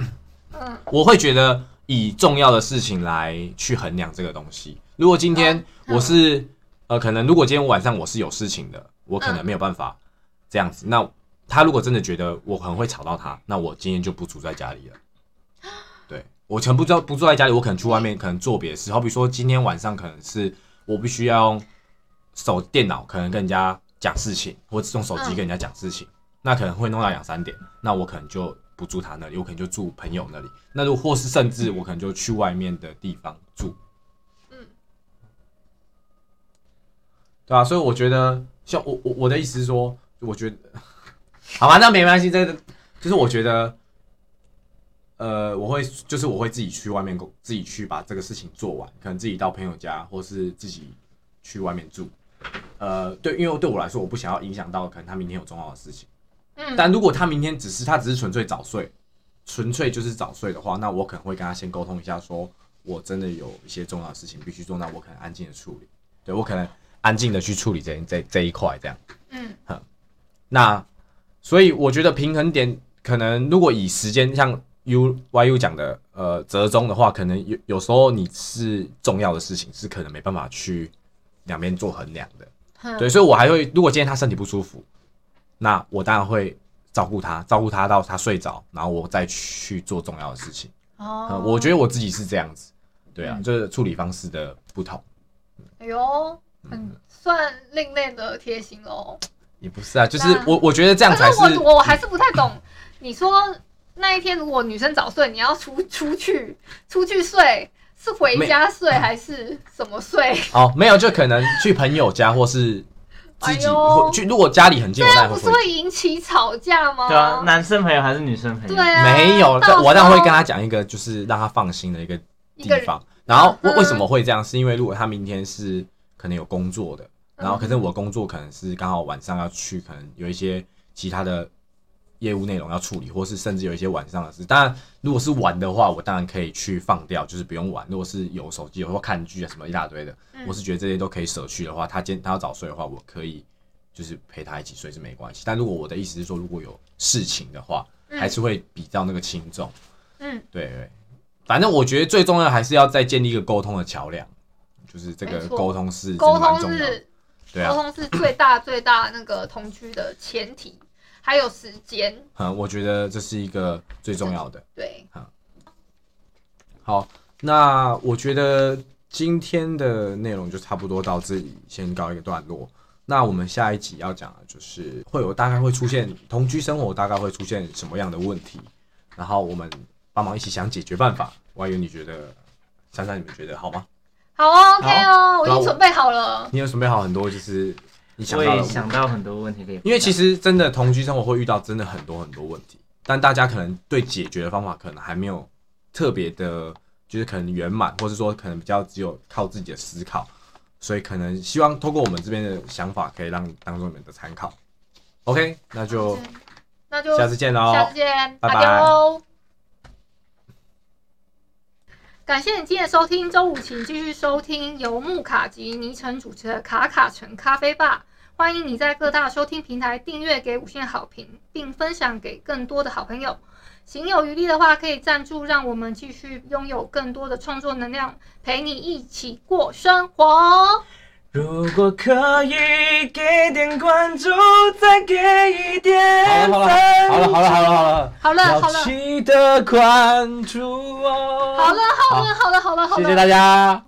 [SPEAKER 2] 嗯，
[SPEAKER 1] 我会觉得以重要的事情来去衡量这个东西。如果今天
[SPEAKER 2] 嗯
[SPEAKER 1] 我是、呃，可能如果今天晚上我是有事情的，我可
[SPEAKER 2] 嗯
[SPEAKER 1] 能没有办法这样子。那他如果真的觉得我很会吵到他，那我今天就不住在家里了。对我全部住不住在家里，我可能去外面，可能做别的事。好比说今天晚上可能是我必须要用手电脑，可能跟人家讲事情，或者用手机
[SPEAKER 2] 嗯
[SPEAKER 1] 跟人家讲事情，那可能会弄到两三点。那我可能就不住他那里，我可能就住朋友那里。那如果或是甚至我可能就去外面的地方住。
[SPEAKER 2] 嗯
[SPEAKER 1] 对啊，所以我觉得，像我我我的意思是说，我觉得，好吧，那没关系，这个就是我觉得，呃，我会就是我会自己去外面工，自己去把这个事情做完，可能自己到朋友家，或是自己去外面住。呃，对，因为对我来说，我不想要影响到可能他明天有重要的事情。
[SPEAKER 2] 嗯
[SPEAKER 1] 但如果他明天只是他只是纯粹早睡，纯粹就是早睡的话，那我可能会跟他先沟通一下说我真的有一些重要的事情必须做，那我可能安静的处理，对我可能安静的去处理这这这一块这样。
[SPEAKER 2] 嗯
[SPEAKER 1] 那所以我觉得平衡点可能如果以时间像 U Y U 讲的呃折中的话，可能有有时候你是重要的事情是可能没办法去两边做衡量的。
[SPEAKER 2] 嗯
[SPEAKER 1] 对，所以我还会，如果今天他身体不舒服，那我当然会照顾他，照顾他到他睡着，然后我再去做重要的事情。呃
[SPEAKER 2] 哦，嗯
[SPEAKER 1] 我觉得我自己是这样子，对啊，就是处理方式的不同，
[SPEAKER 2] 哎呦，很
[SPEAKER 1] 嗯
[SPEAKER 2] 算另类的贴心哦。
[SPEAKER 1] 也不是啊，就是
[SPEAKER 2] 那
[SPEAKER 1] 我我觉得这样才
[SPEAKER 2] 可
[SPEAKER 1] 是，
[SPEAKER 2] 是我我还是不太
[SPEAKER 1] [LAUGHS]
[SPEAKER 2] 懂，你说那一天如果女生早睡，你要出出去出去睡，是回家睡还是什么睡？
[SPEAKER 1] 哦，没有，就可能去朋友家或是自己、
[SPEAKER 2] 哎呦啊
[SPEAKER 1] 或去，如果家里很近，我当
[SPEAKER 2] 那
[SPEAKER 1] 然
[SPEAKER 2] 不
[SPEAKER 1] 会
[SPEAKER 2] 是
[SPEAKER 1] 回。
[SPEAKER 2] 会引起吵架吗？
[SPEAKER 3] 对啊，男生朋友还是女生朋友，
[SPEAKER 2] 对啊，
[SPEAKER 1] 没有，
[SPEAKER 2] 到时候
[SPEAKER 1] 但我当然会跟他讲一个，就是让他放心的一个
[SPEAKER 2] 一个
[SPEAKER 1] 地
[SPEAKER 2] 人
[SPEAKER 1] 方。然后为
[SPEAKER 2] 嗯
[SPEAKER 1] 为什么会这样？是因为如果他明天是可能有工作的，
[SPEAKER 2] 嗯
[SPEAKER 1] 然后可是我工作可能是刚好晚上要去，可能有一些其他的业务内容要处理，或是甚至有一些晚上的事。当然，如果是玩的话，我当然可以去放掉，就是不用玩。如果是有手机或看剧啊什么一大堆的，
[SPEAKER 2] 嗯
[SPEAKER 1] 我是觉得这些都可以舍去的话，他今他要早睡的话，我可以就是陪他一起睡是没关系。但如果我的意思是说，如果有事情的话，
[SPEAKER 2] 嗯
[SPEAKER 1] 还是会比较那个轻重。
[SPEAKER 2] 嗯，
[SPEAKER 1] 对对，反正我觉得最重要的还是要再建立一个沟通的桥梁，就是这
[SPEAKER 2] 没
[SPEAKER 1] 个
[SPEAKER 2] 错
[SPEAKER 1] 沟通是
[SPEAKER 2] 沟
[SPEAKER 1] 真的蛮
[SPEAKER 2] 通
[SPEAKER 1] 重要的
[SPEAKER 2] 是
[SPEAKER 1] 对
[SPEAKER 2] 沟
[SPEAKER 1] 啊，
[SPEAKER 2] 通是最大最大那个同居的前提，还有时间。
[SPEAKER 1] 嗯，我觉得这是一个最重要的。
[SPEAKER 2] 对，
[SPEAKER 1] 好，那我觉得今天的内容就差不多到这里，先告一个段落。那我们下一集要讲的就是会有大概会出现同居生活大概会出现什么样的问题，然后我们帮忙一起想解决办法。我还以为你觉得，珊珊你们觉得好吗？
[SPEAKER 2] 好哦，OK 哦，我已
[SPEAKER 1] 那
[SPEAKER 2] 经
[SPEAKER 1] 我
[SPEAKER 2] 准备好了。
[SPEAKER 1] 你有准备好很多就是你想
[SPEAKER 3] 我
[SPEAKER 1] 到的
[SPEAKER 3] 也
[SPEAKER 1] 问题
[SPEAKER 3] 想到很多问题可以回答，
[SPEAKER 1] 因为其实真的同居生活会遇到真的很多很多问题，但大家可能对解决的方法可能还没有特别的，就是可能圆满，或是说可能比较只有靠自己的思考，所以可能希望通过我们这边的想法，可以让当做你们的参考。OK，那就
[SPEAKER 2] 嗯那就
[SPEAKER 1] 下次见
[SPEAKER 2] 下
[SPEAKER 1] 喽
[SPEAKER 2] 次，见，
[SPEAKER 1] 拜拜
[SPEAKER 2] 阿丢。感谢你今天的收听，周五请继续收听由木卡及尼城主持的《卡卡城咖啡吧》。欢迎你在各大收听平台订阅、给五星好评，并分享给更多的好朋友。行有余力的话，可以赞助，让我们继续拥有更多的创作能量，陪你一起过生活。
[SPEAKER 3] 如果可以给点关注，再给一点分
[SPEAKER 1] 好了好了好了好了
[SPEAKER 2] 好了，好了，
[SPEAKER 1] 要记得关注哦。哦
[SPEAKER 2] 好了，好了，好了，好了，好了，
[SPEAKER 1] 谢谢大家。